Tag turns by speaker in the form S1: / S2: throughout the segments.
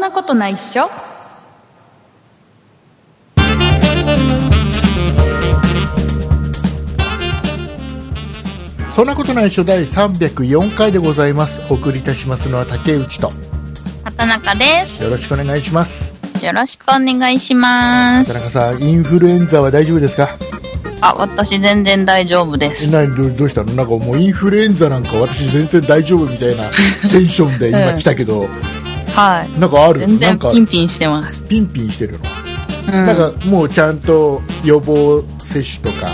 S1: なことないっしょ
S2: そんなことない初第304回でございますお送りいたしますのは竹内と
S1: 畑中です
S2: よろしくお願いします
S1: よろしくお願いします
S2: 田中さんインフルエンザは大丈夫ですか
S1: あ私全然大丈夫です
S2: えなにどどうしたのなんかもうインフルエンザなんか私全然大丈夫みたい なテンションで今来たけど、
S1: はい
S2: なんかある
S1: 全
S2: な
S1: 然
S2: んか
S1: ピンピンしてます、
S2: ピンピンしてるの、
S1: うん、
S2: なんかもうちゃんと予防接種とか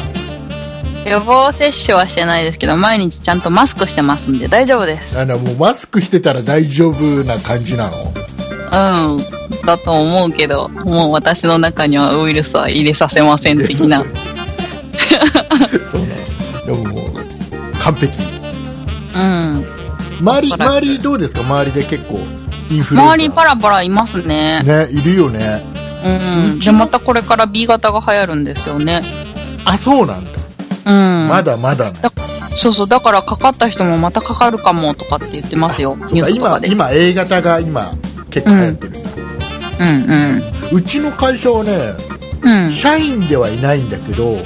S1: 予防接種はしてないですけど毎日ちゃんとマスクしてますんで大丈夫です
S2: あのもうマスクしてたら大丈夫な感じなの
S1: うんだと思うけどもう私の中にはウイルスは入れさせません的 な
S2: そうなんですでももう完璧
S1: うん
S2: 周り
S1: おそらく
S2: 周りどうですか周りで結構インフルエンザ
S1: 周りパラパラいますね
S2: ねいるよね
S1: うんでまたこれから B 型が流行るんですよね
S2: あそうなんだ、
S1: うん
S2: まだまだね
S1: だそうそうだからかかった人もまたかかるかもとかって言ってますよ
S2: そう
S1: ニュース
S2: か
S1: と
S2: 今
S1: かで
S2: 今 A 型が今結構流行ってるんだ、
S1: うんうん
S2: うちの会社はね
S1: うん
S2: 社員ではいないんだけど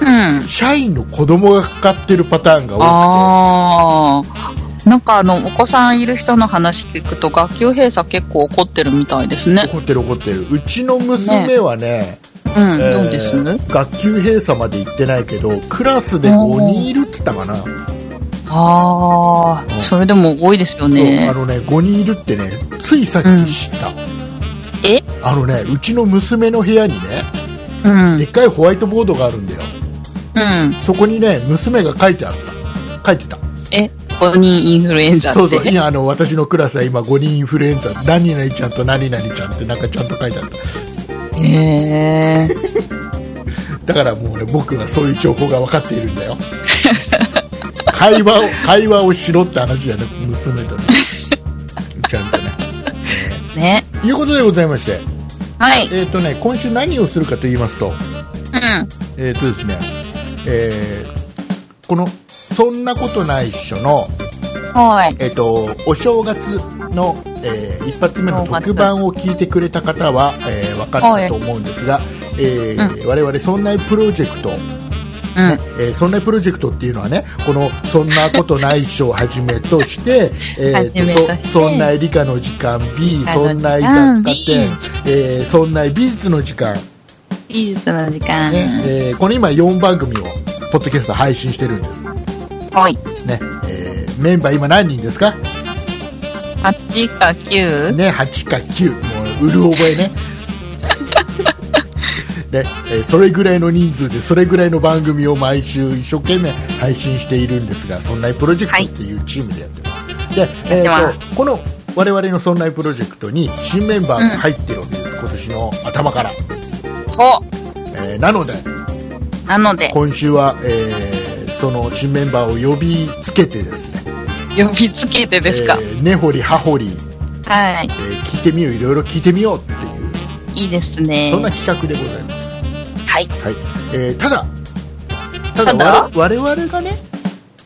S1: うん
S2: 社員の子供がかかってるパターンが多
S1: ああなんかあのお子さんいる人の話聞くと学級閉鎖結構起こってるみたいです
S2: く
S1: ね
S2: て怒ってる怒ってるうちの娘はね
S1: うん、
S2: えー
S1: どうです
S2: 学級閉鎖まで行ってないけどクラスで5人いるっつったかな、
S1: あ
S2: う
S1: あ
S2: ん
S1: それでも多いですよ
S2: そう
S1: ね
S2: あのね5人いるってねついさっき知った、
S1: え
S2: あのねうちの娘の部屋にね
S1: うんう
S2: でっかいホワイトボードがあるんだよ
S1: ん
S2: そこにね娘が書いてあった書いてた
S1: え5人インフルエンザって
S2: そうそういやあの私のクラスは今5人インフルエンザ何々ちゃんと何々ちゃんってなんかちゃんと書いてあった
S1: へえ
S2: だからもうね僕はそういう情報が分かっているんだよ 会話を会話をしろって話だね娘とねちゃん とね
S1: ね
S2: ということでございまして、
S1: はい
S2: えっ、とね、今週何をするかと言いますと、
S1: うん
S2: えっ、とですね、えーこの、そんなことないっしょの、
S1: はい
S2: えっ、と、お正月の、えー一発目の特番を聞いてくれた方は、えー、分かったと思うんですが、えー我々、そんなプロジェクト、
S1: うん
S2: えーそんなプロジェクトっていうのはねこの「そんなことないっしょ」をはじめと して「え
S1: はじめとして
S2: そそんな理科の時間
S1: 理」
S2: B
S1: 科の時間
S2: そんな雑貨店
S1: B、
S2: えーそんな美術の時間」
S1: 美術の時間
S2: ねえーこの今4番組をポッドキャスト配信してるんです、
S1: はい
S2: ねえーメンバー今何人ですか、
S1: 8か 9?
S2: ね、8か9もううる覚えねでえーそれぐらいの人数でそれぐらいの番組を毎週一生懸命配信しているんですが「そんなプロジェクト」っていうチームでやってます、で、え
S1: や
S2: ー
S1: って
S2: とこの我々の「そんなプロジェクト」に新メンバーが入ってるわけです、今年の頭から、
S1: そ
S2: えーなので
S1: うなので
S2: 今週は、えーその新メンバーを呼びつけてですね
S1: 呼びつけてですか、
S2: えー根掘り葉掘り、
S1: は
S2: えー聞いてみよういろいろ聞いてみようっていう
S1: いいいですね
S2: そんな企画でございます、
S1: はい
S2: はいえーただただ
S1: ただ
S2: 我々我々がね、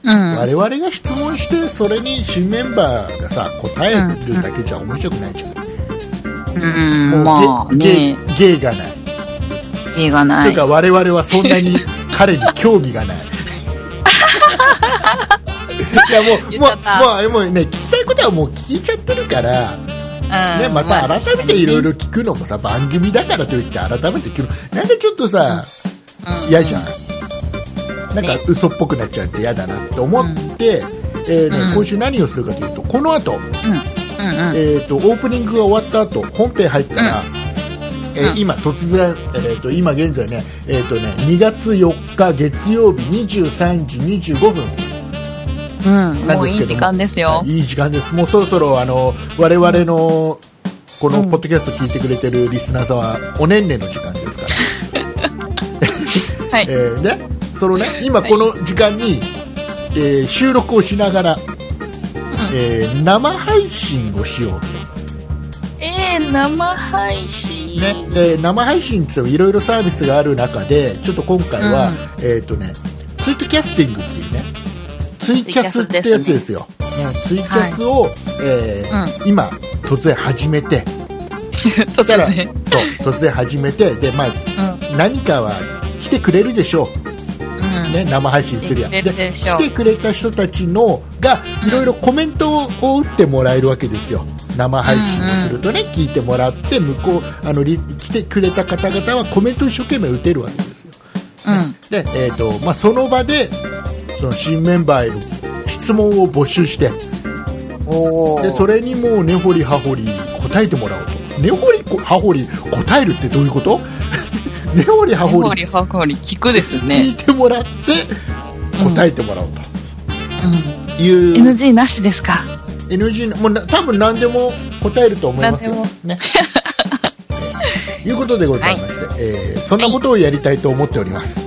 S1: うん
S2: 我々が質問してそれに新メンバーがさ答えるだけじゃ面白くないじゃん、
S1: うんま
S2: も
S1: あ
S2: う芸
S1: ね
S2: 芸芸がない、
S1: 芸がな
S2: と
S1: い
S2: いうか我々はそん なに彼に興味がないいやもう
S1: 言っ
S2: も
S1: ちゃった
S2: うもうもうね聞きたいことはもう聞いちゃってるからね、
S1: うん
S2: また
S1: あ
S2: 改めていろいろ
S1: 確
S2: 聞くのもさ、番組だからといって改めて聞くのなんかちょっとさ
S1: かにね
S2: 嫌じゃん
S1: う
S2: なんか
S1: ね
S2: 嘘っぽくなっちゃって嫌だなって思って、えーね
S1: うん
S2: 今週何をするかというとこの後、
S1: うんうん
S2: えー、とオープニングが終わった後本編入ったら、えー
S1: うん
S2: 今突然、えー、と今現在ね,、えーとね2月4日月曜日23時25分
S1: うん
S2: なん
S1: もう
S2: です
S1: い
S2: け
S1: い
S2: ど
S1: 時
S2: も
S1: 間ですよ
S2: いい時間です。もうそろそろあの我々のこの
S1: うん
S2: ポッドキャスト聞いてくれてるリスナーさんはおねんねの時間ですから。
S1: はい
S2: えーでそのね今この時間に、えー収録をしながら、えー生配信をしようと。
S1: えー、生配
S2: ね
S1: 信、
S2: えー生配信っていろいろサービスがある中でちょっと今回は、
S1: うん
S2: えっ、とねツイートキャスティングっていうねツイキャスっ
S1: ツイキャスですね
S2: てやつですよねツイキャスを、えー今突然始めて、そしたら、
S1: 突然
S2: そう突然始めてで、まあ、
S1: うん
S2: 何かは来てくれるでしょ
S1: う
S2: う、
S1: ん
S2: ね、生配信するやん
S1: 来てくれるでしょう
S2: 来てくれた人たちのがいろいろコメントを打ってもらえるわけですよ生配信をするとね、聞いてもらって向こうあのリ来てくれた方々はコメントを一生懸命打てるわけですよ
S1: うん
S2: で、えーとまあ、その場でその新メンバーへの質問を募集して
S1: おお
S2: でそれにもう根掘り葉掘り答えてもらおうと根掘りこ葉掘り答えるってどういうこと 根掘り葉掘
S1: ほ
S2: り
S1: りはほり聞くです
S2: 聞い
S1: ね、
S2: てもらって答えてもらおう
S1: う
S2: という、
S1: ん、NG なしですか
S2: NG のもうな多分何でも答えると思いますよ
S1: 何。
S2: ね。ということでございまして、えーそんなことをやりたいと思っております。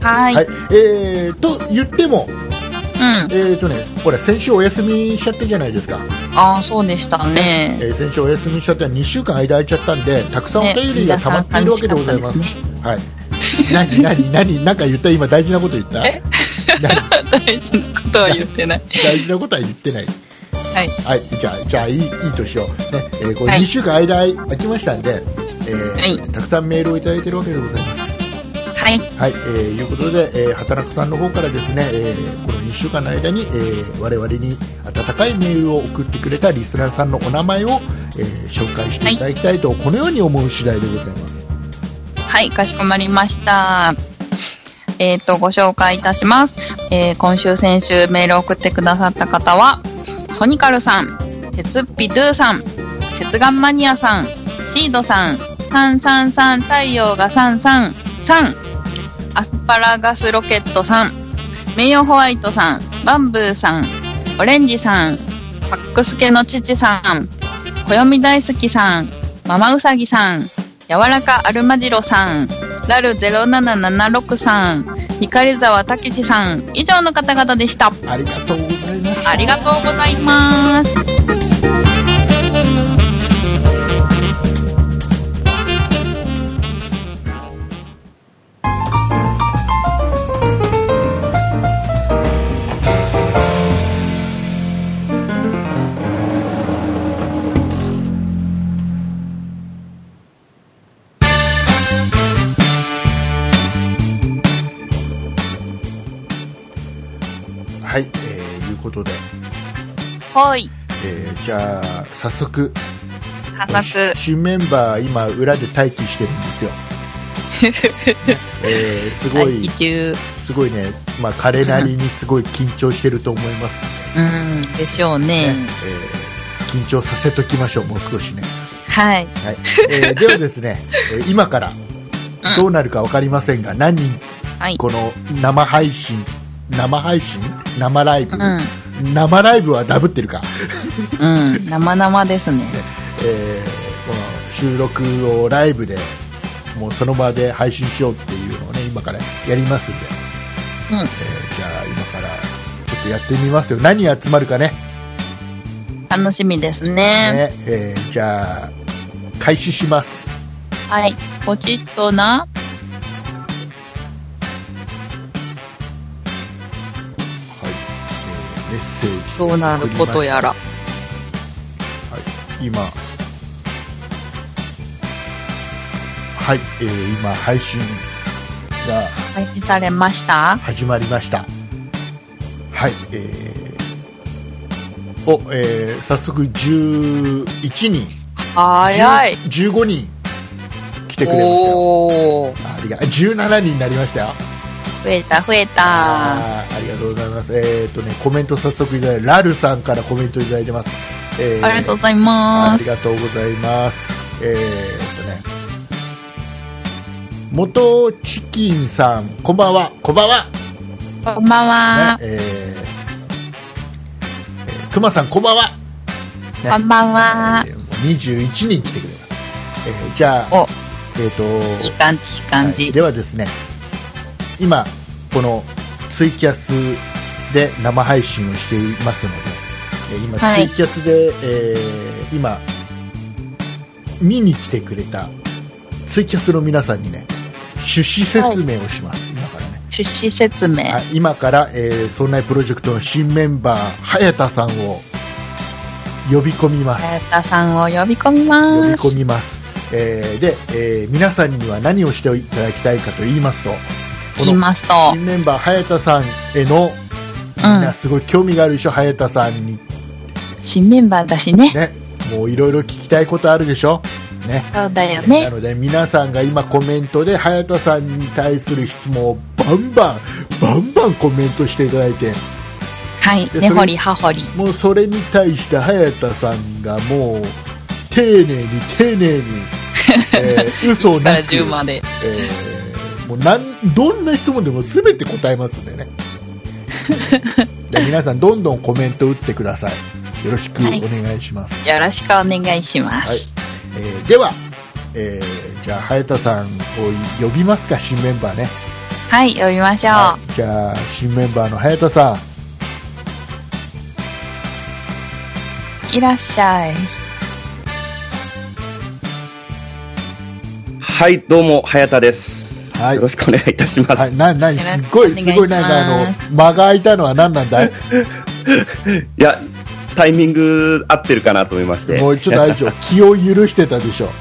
S1: はい
S2: はい、えー、と言っても、
S1: うん
S2: えーとね、これ先週お休みしちゃったじゃないですか、
S1: ああそうでしたね
S2: えー先週お休みしちゃった2週間間空いちゃったんで、たくさんお便りが溜まっているわけでございます。
S1: ね
S2: はい、何、何、何、なんか言った、今、大事なこと言った、
S1: え
S2: 何
S1: 大事なことは言ってない
S2: 大事なことは言ってない。
S1: はい
S2: はい、じゃあ、じゃあいいいいとしよう、ねえーこれ
S1: はい
S2: 2週間間空きましたんで、えー
S1: は
S2: たくさんメールをいただいてるわけでございます。
S1: はい
S2: はい、えーいうことで、えー、畑中さんの方からですね、えーこの2週間の間に、えー我々に温かいメールを送ってくれたリスナーさんのお名前を、えー紹介していただきたいと、このように思う次第でございます。
S1: はい、かしこまりました。えっ、と、ご紹介いたします。えー今週、先週メールを送ってくださった方は、ソニカルさん、鉄っぴドゥさん、節眼マニアさん、シードさん、サンサンさん、太陽がサンサンさん、アスパラガスロケットさん、名誉ホワイトさん、バンブーさん、オレンジさん、パックスケの父さん、暦大好きさん、ママウサギさん、柔らかアルマジロさん、ラル0776さん、光沢武史さん、以上の方々でした。
S2: ありがとうございます。
S1: ありがとうございます。
S2: はい、えーいうことで、
S1: はい、
S2: えーじゃあ、早速、
S1: 早速。
S2: 新メンバー、今、裏で待機してるん ですよ。えーすご
S1: 待
S2: い
S1: 機、中。
S2: すごいね、まあ、彼なりにすごい緊張してると思います
S1: うん、でしょう
S2: ね、
S1: ね。
S2: えー緊張させときましょう、もう少しね。
S1: はい。
S2: はいえーではですね、えー今からどうなるか分かりませんが、何人
S1: はい。
S2: この生配信、生配信、生ライブ、
S1: うん、
S2: 生ライブはダブってるか、
S1: うん、生々です ね。
S2: えーこの収録をライブでもうその場で配信しようっていうのをね、今からやりますんで、
S1: うん
S2: えーじゃあ今からちょっとやってみますよ。何集まるかね。
S1: 楽しみですね。
S2: ねえーじゃあ、開始します。
S1: はい。ポチッとな。
S2: はい、えーメッセージ
S1: どうなることやら。
S2: はい、今はい、えー今配信が
S1: 開始されました
S2: 始まりましたはいえーおえー早速11人
S1: 早い。
S2: 10 15人来てくれましたよ
S1: おおー。
S2: ありが17人になりましたよ
S1: 増えた、増えた。
S2: ーありがとうございますえっ、とねコメント早速いただいてラルさんからコメントいただいてます、えー
S1: ありがとうござい
S2: あ
S1: ま
S2: り
S1: す。
S2: がとうございます。えー、っとね。元チキンさん、こんばんは。こんばんは。
S1: こんばんは。
S2: ね、えーえー、くまさん、こんばんは。ね
S1: こんばんは。
S2: えーもう21人来てくれます。えーじゃあ
S1: お、
S2: えーっ、と、
S1: いい感じ、いい感じ。
S2: はいではですね、今、このツイキャスで生配信をしていますので、えー今、
S1: はい
S2: ツイキャスで、えー今、見に来てくれたツイキャスの皆さんにね、趣旨説明をします、今からね。
S1: 出資説明。
S2: はい今から、えー、そんなプロジェクトの新メンバー、早田さんを呼び込みます。
S1: 早田さんを呼び込み
S2: 呼び
S1: ます。
S2: 込みます。えーで、えー皆さんには何をしていただきたいかと言いますと、こ
S1: 言い
S2: の
S1: ますと、
S2: 新メンバー、早田さんへの、
S1: う、
S2: みんなんすごい興味があるでしょ、早田さんに。
S1: 新メンバーだしね。
S2: ね、もういろいろ聞きたいことあるでしょ。ね。
S1: そうだよ
S2: な
S1: ね。
S2: ので、皆さんが今コメントで、早田さんに対する質問をバンバン、バンバンコメントしていただいて、
S1: はい、
S2: それ
S1: 根掘り葉掘り。
S2: もうそれに対して早田さんがもう丁寧に丁寧に、え ー、嘘を
S1: か
S2: な
S1: ら
S2: く、え
S1: 10まで。
S2: ーもうなんどんな質問でも全て答えます んでねで皆さんどんどんコメント打ってくださいよろしくお
S1: はい
S2: 願いします、
S1: よろしくお願いします。
S2: はいえーでは、えーじゃあ早田さんを呼びますか新メンバーね、
S1: はい、呼びましょう。
S2: はいじゃあ新メンバーの早田さん
S1: いらっしゃい。
S3: はい、どうも、早田です。
S2: はい
S3: よろしくお願いいたします。
S2: はい、な、なに、
S1: よろ
S2: す
S1: し
S2: っ
S1: く
S2: ご
S1: お
S2: い、
S1: 願い
S2: す
S1: します
S2: ごい、なんか、あの、間が空いたのは何なん だい。
S3: いや、タイミング合ってるかなと思いまして。
S2: もうちょっとあれでしょ気を許してたでしょ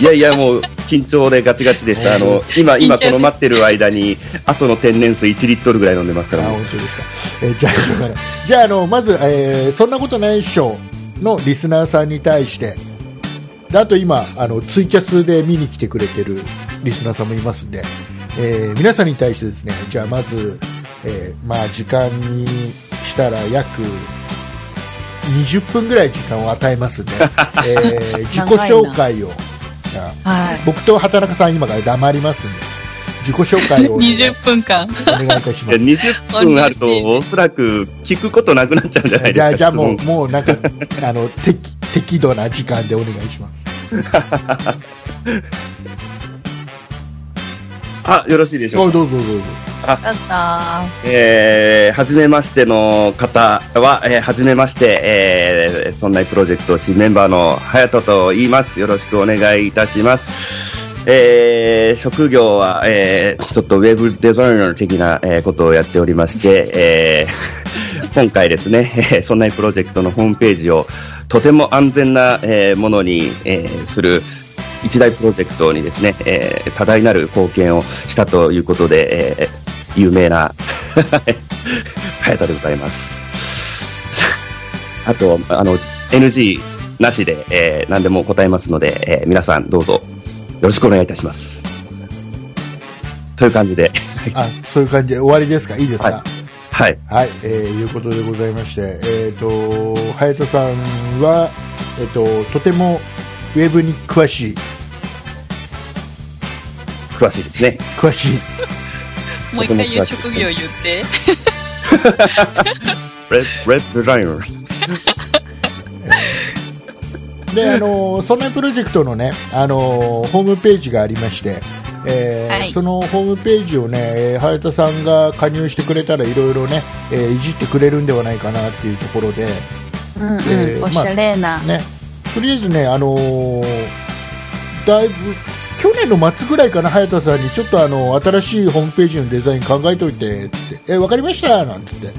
S3: いやいや、もう、緊張でガチガチでした。あの、今、今、この待ってる間に、阿蘇の天然水1リットルぐらい飲んでます
S2: あ
S3: から、もう
S2: 本当ですか、えーじゃあしょうがない じゃああのまず、えーそんなことないっしょ」のリスナーさんに対してであと今あのツイキャスで見に来てくれてるリスナーさんもいますんで、えー皆さんに対してですねじゃあまず、えーまあ、時間にしたら約20分ぐらい時間を与え ますんで、えー自己紹介をじゃあ
S1: はい。
S2: 僕と畑中さん今から黙りますんで自己紹介をお願い
S1: 20分間。
S2: お願いいたし
S3: い
S2: ま
S3: や
S2: す。
S3: 20分あると、おそらく聞くことなくなっちゃうんじゃないですか。
S2: じゃあ、じゃあもう、
S3: 質
S2: もうなんか、あの、適、適度な時間でお願いします。
S3: 問あ、よろしいでしょ
S2: お
S3: うか。
S2: どうぞどうぞ。
S1: だった。
S3: えー、はじめましての方は、えー、はじめまして、えー、そんなプロジェクト新メンバーの隼人と言います。よろしくお願いいたします。えー、職業は、えー、ちょっとウェブデザイナー的な、えー、ことをやっておりまして、えー、 今回ですね、えー、そんなプロジェクトのホームページをとても安全な、えーものに、えーする一大プロジェクトにですね、えー多大なる貢献をしたということで、えー有名な 早田でございます。あと、あの、NG なしで、えー何でも答えますので、えー皆さんどうぞよろしくお願いいたします。という感じで、
S2: あ、そういう感じで終わりですかいいですか、は
S3: はいはい。
S2: い、えー、いうことでございまして、えっ、と、隼人さんは、えっ、と、とても、ウェブに詳しい、
S3: 詳しいですね。
S2: 詳しい。
S1: もう一回言う職業言って。
S3: レッ、レッドライン。
S2: で、あの、そんなプロジェクトのね、あの、ホームページがありまして、えー
S1: はい
S2: そのホームページをね、えー早田さんが加入してくれたらいろいろね、えーいじってくれるんではないかなっていうところで、
S1: うん
S2: え
S1: う
S2: ー
S1: ん。おしゃれな。
S2: ね、とりあえずね、あのーだいぶ去年の末ぐらいかな、早田さんにちょっとあの新しいホームページのデザイン考えといてってって、え、わかりましたなんつって、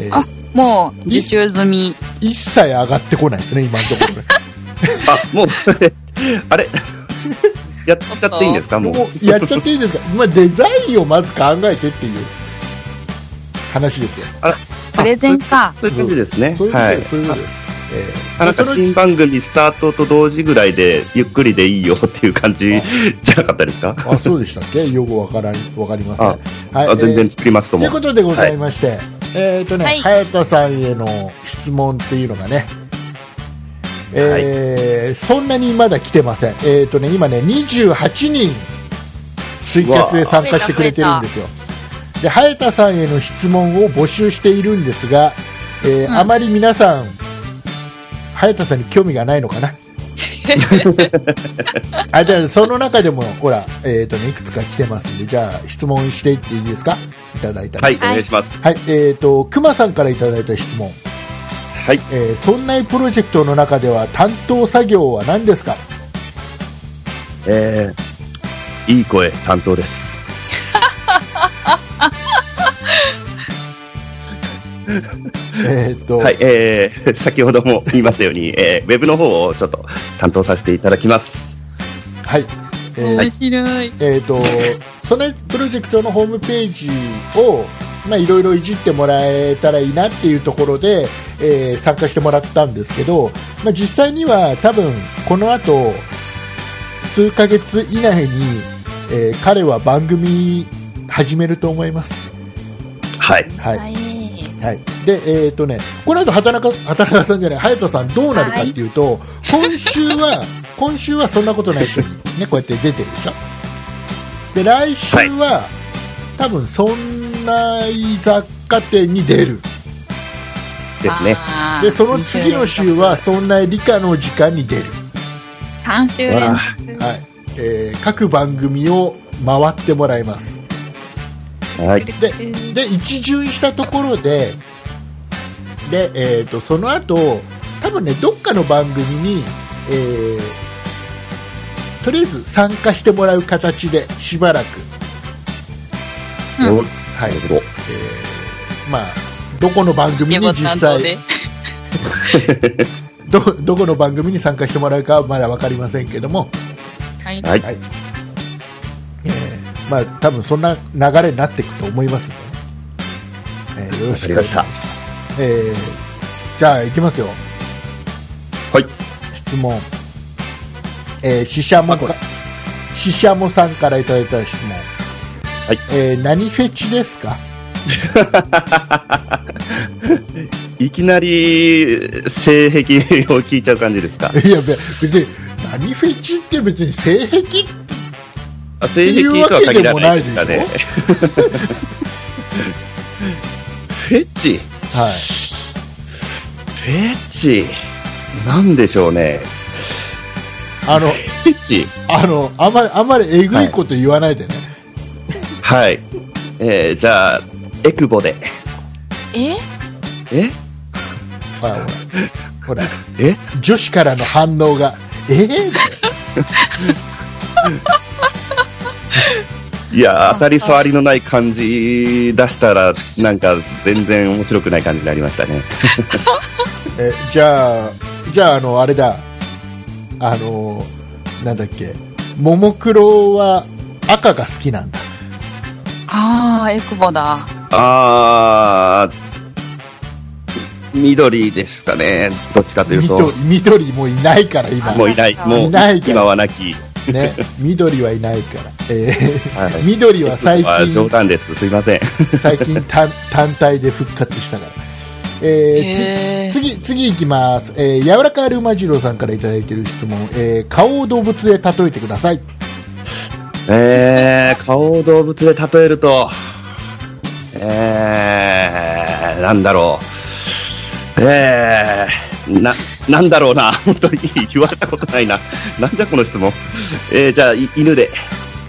S2: えー
S1: あもう、受注済み。
S2: 一切上がってこないですね、今のところね。
S3: あ、もう、 あれやっちゃっていいんです かもう。
S2: もうやっちゃっていいですか、 まあ、デザインをまず考えてっていう話ですよ、
S1: プレゼンか。
S3: そういう感じですね。
S2: そういうこと
S3: は
S2: で
S3: い
S2: す、。そういうことです。
S3: あなんか
S2: そのうち
S3: 新番組スタートと同時ぐらいで、ゆっくりでいいよっていう感じじゃなかったですか
S2: あそうでしたっけ、よくわからん、わかりません。
S3: あ
S2: はい
S3: あ全
S2: えー
S3: 然作りますと
S2: という。
S3: も
S2: ことでございまして、えっ、とね、
S1: はい
S2: 早田さんへの質問っていうのがね、えーそんなにまだ来てません。えっ、とね、今ね、28人、ツイキャスで参加してくれてるんですよ。で、早田さんへの質問を募集しているんですが、えー
S1: うん
S2: あまり皆さん、早田さんに興味がないの かな。あじゃあその中でも、ほら、えっ、とね、いくつか来てますんで、じゃあ、質問していっていいですかいただいたら。
S3: はい、お願いします。
S2: はい、えっ、と、くまさんからいただいた質問。
S3: はい。
S2: えー、そんなプロジェクトの中では担当作業は何ですか
S3: えー、いい声担当です。
S2: えーっと、
S3: はい、えー、 先ほども言いましたように、えー、ウェブの方をちょっと担当させていただきます。
S2: はい。えー
S1: 面白い。
S2: えー、とそのプロジェクトのホームページをまあいろいろいじってもらえたらいいなっていうところで、えー参加してもらったんですけど、まあ、実際には多分この後数ヶ月以内に、えー彼は番組始めると思います。
S3: はい。
S2: はい
S1: はい。
S2: はい、で、えーとね、この後畑中畑中さんじゃない、隼人さん、どうなるかっていうと、今週 は今週はそんなことない人に、ね、こうやって出てるでしょ、で来週は、多分そんな雑貨店に出る、
S3: ですね。
S1: あー
S2: でその次の週は、そんな理科の時間に出る、
S1: 3週連
S3: わ
S1: 続。
S2: はいえー各番組を回ってもらいます。
S3: はい。
S2: でで一巡したところでで、えー、とその後多分ねどっかの番組に、えーとりあえず参加してもらう形でしばらく、
S1: うん
S3: お
S2: はい
S3: なるほど
S2: えーまあ、どこの番組
S1: 英
S2: に
S1: 語
S2: 実
S1: 担当
S2: 際
S1: で。
S2: どどこの番組に参加してもらうかはまだ分かりませんけども、
S1: はい。
S3: はい。
S2: はいえーまあ、多分そんな流れになっていくと思いますんでね、えーよろ
S3: わ
S2: し
S3: か
S2: く
S3: り
S2: お
S3: ま
S2: 願い
S3: し
S2: したま。す、えーじゃあいきますよ
S3: はい。
S2: 質問、えー、ししゃもかししゃもさんからいただいた質問、
S3: はい
S2: えー何フェチですか
S3: いきなり性癖を聞いちゃう感じですか。
S2: いやべ別に何フェチって別に性癖
S3: あ性癖とは限らないですか
S2: い
S3: ね
S2: うわ。
S3: フェチ
S2: はい
S3: フェチなんでしょうね。
S2: あの
S3: フェチ
S2: あのあまりあまりえぐいこと言わないでね、
S3: はい。えー、じゃあ、エクボで。
S1: え
S3: え
S2: ほらほらほら
S3: え
S2: 女子からの反応がえー、だよ
S3: いや、当たり障りのない感じ出したら、なんか全然面白くない感じになりましたね。
S2: えじゃあじゃああのあれだあのなんだっけももクロは赤が好きなんだ
S1: ああ、エクボだ。
S3: あー、緑ですかね。どっちかというと
S2: 緑。緑もいないから今
S3: もういない。もう
S2: いないけど
S3: 今はなき。
S2: ね緑はいないから、え
S3: はい
S2: ー緑は最
S3: あ冗
S2: 近
S3: 談です。すいません。
S2: 最近単単体で復活したから、
S1: へえ
S2: えー、つ次次いきます、えー、柔らかアルマジロさんからいただいてる質問、えー、顔を動物へ例えてください
S3: えー、顔を動物で例えると、えー、なんだろう。えー、な、なんだろうな。 本当に言われたことないな。なんだこの質問。えー、じゃあ、い犬で。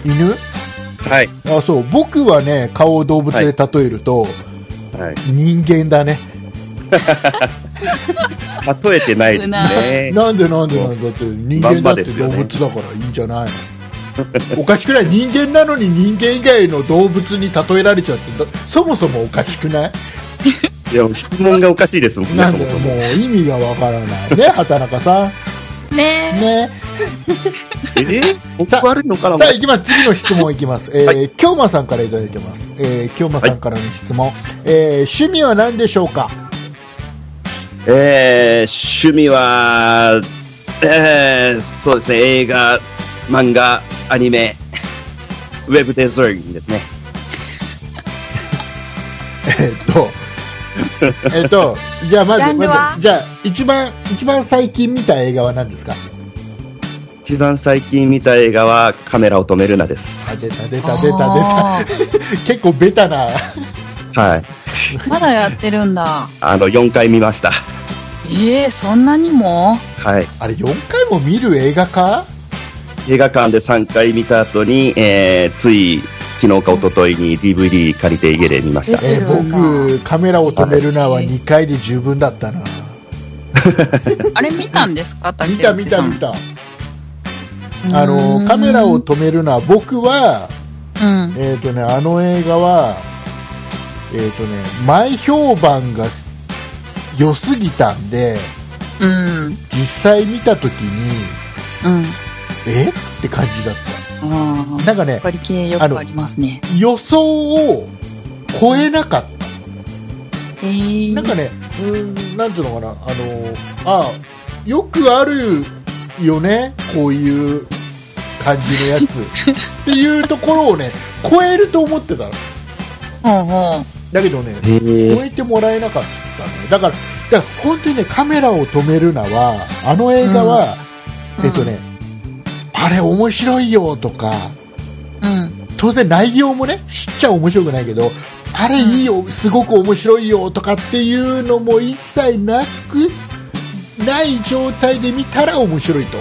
S2: 犬
S3: はい。
S2: あそう僕はね顔を動物で例えると、
S3: はい、
S2: 人間だね
S3: 例えてないですね。
S2: なんでなんでなんだって人間だって動物だからいいんじゃないの おかしくない人間なのに人間以外の動物に例えられちゃってだそもそもおかしくない
S3: いや、質問がおかしいですもんね、
S2: な
S3: そ
S2: ん
S3: も
S2: だ
S3: そ
S2: よ
S3: も。
S2: もう意味がわからない ね畑中さん
S1: ね
S2: ね
S3: えー、僕
S2: さ
S3: 悪いのかな
S2: さあ行きます次の質問いきます、えー
S3: は
S2: 京馬さんからいただいてます、えー、京馬さんからの質問、えー趣味は何でしょうか
S3: えー、趣味は、えー、そうですね、映画、漫画、アニメ、ウェブデザインですね。
S2: えーっとえーっとじゃあまず
S1: ジャンルは
S2: まずじゃあ一番一番最近見た映画は何ですか
S3: 一番最近見た映画は、カメラを止めるなです。
S2: あ出た出
S1: え。
S2: た出た出た
S1: あー
S2: 結構ベタな
S3: はい。
S1: まだやってるんだ。
S3: あの、4回見ました。
S1: えー、そんなにも
S3: はい。
S2: あれ4回も見る映画か
S3: 映画館で3回見た後に、えー、つい、昨日か一昨日に DVD 借りて家で見ました。
S2: えー
S1: そうか
S2: 僕カメラを止めるなは
S1: はい
S2: 2回で十分だったな
S1: あれ見たんですか
S2: 見た見た見。
S1: 竹
S2: た
S1: 内さん
S2: あのカメラを。止めるな僕は
S1: うん。
S2: えっ、とねあの映画はえっ、とね前評判が良すぎたんで
S1: うん。
S2: 実際見た時に
S1: うん。
S2: えって感じだっ
S1: ああ
S2: た。なんかね
S1: やっぱり系よくありますね。
S2: 予想を超えなかった
S1: えー。
S2: なんかね、うーん、なんていうのかな、あの、あ、よくあるよね、こういう感じのや つっていうところをね、超えると思ってたの。
S1: ほうほ
S2: だけどね、
S3: へえ
S2: 超えてもらえなかったのね。だから、だから本当にね、カメラを止めるなは、あの映画は、
S1: う。
S2: えっとね、あれ面白いよとか、
S1: うん。うん。
S2: 当然内容もね、知っちゃ面白くないけど、あれいいよ、すごく面白いよとかっていうのも一切なく、ない状態で見たら面白いと。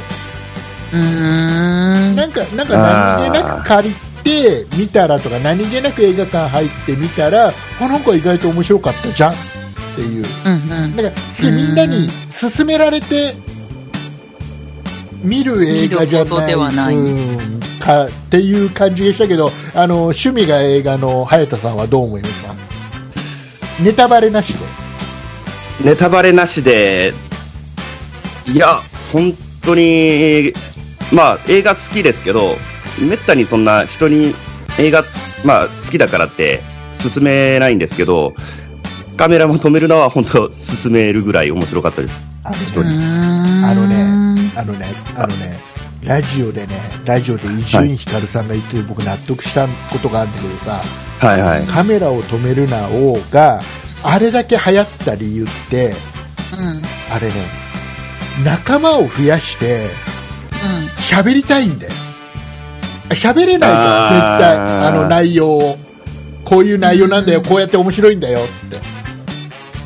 S1: うーん。
S2: なんか、なんか何気なく借りて見たらとか、何気なく映画館入ってみたら、あ、なんか意外と面白かったじゃんっていう。
S1: うんうん。
S2: なんか、すげえみんなに勧められて、見る映画じゃ
S1: 見ること
S2: ない
S1: ではない
S2: うんかっていう感じでしたけど、あの趣味が映画の早田さんはどう思いますかネタバレなしで。
S3: ネタバレなしで、いや、本当に、まあ、映画好きですけど、めったにそんな人に映画、まあ、好きだからって、勧めないんですけど、カメラも止めるのは本当、勧めるぐらい面白かったです。
S2: あの
S1: うー
S2: ね、
S1: ん。
S2: あのねあのね、あのね、ラジオでね、ラジオで伊集院光さんが言ってる僕納得したことがあるんだけどさ、
S3: はいはい。
S2: カメラを止めるなをが、あれだけ流行った理由って、
S1: うん。うん。
S2: あれね、仲間を増やして、喋りたいんだよあ喋れないじゃん絶
S3: あー
S2: 対あの内容をこういう内容なんだよ、こうやって面白いんだよって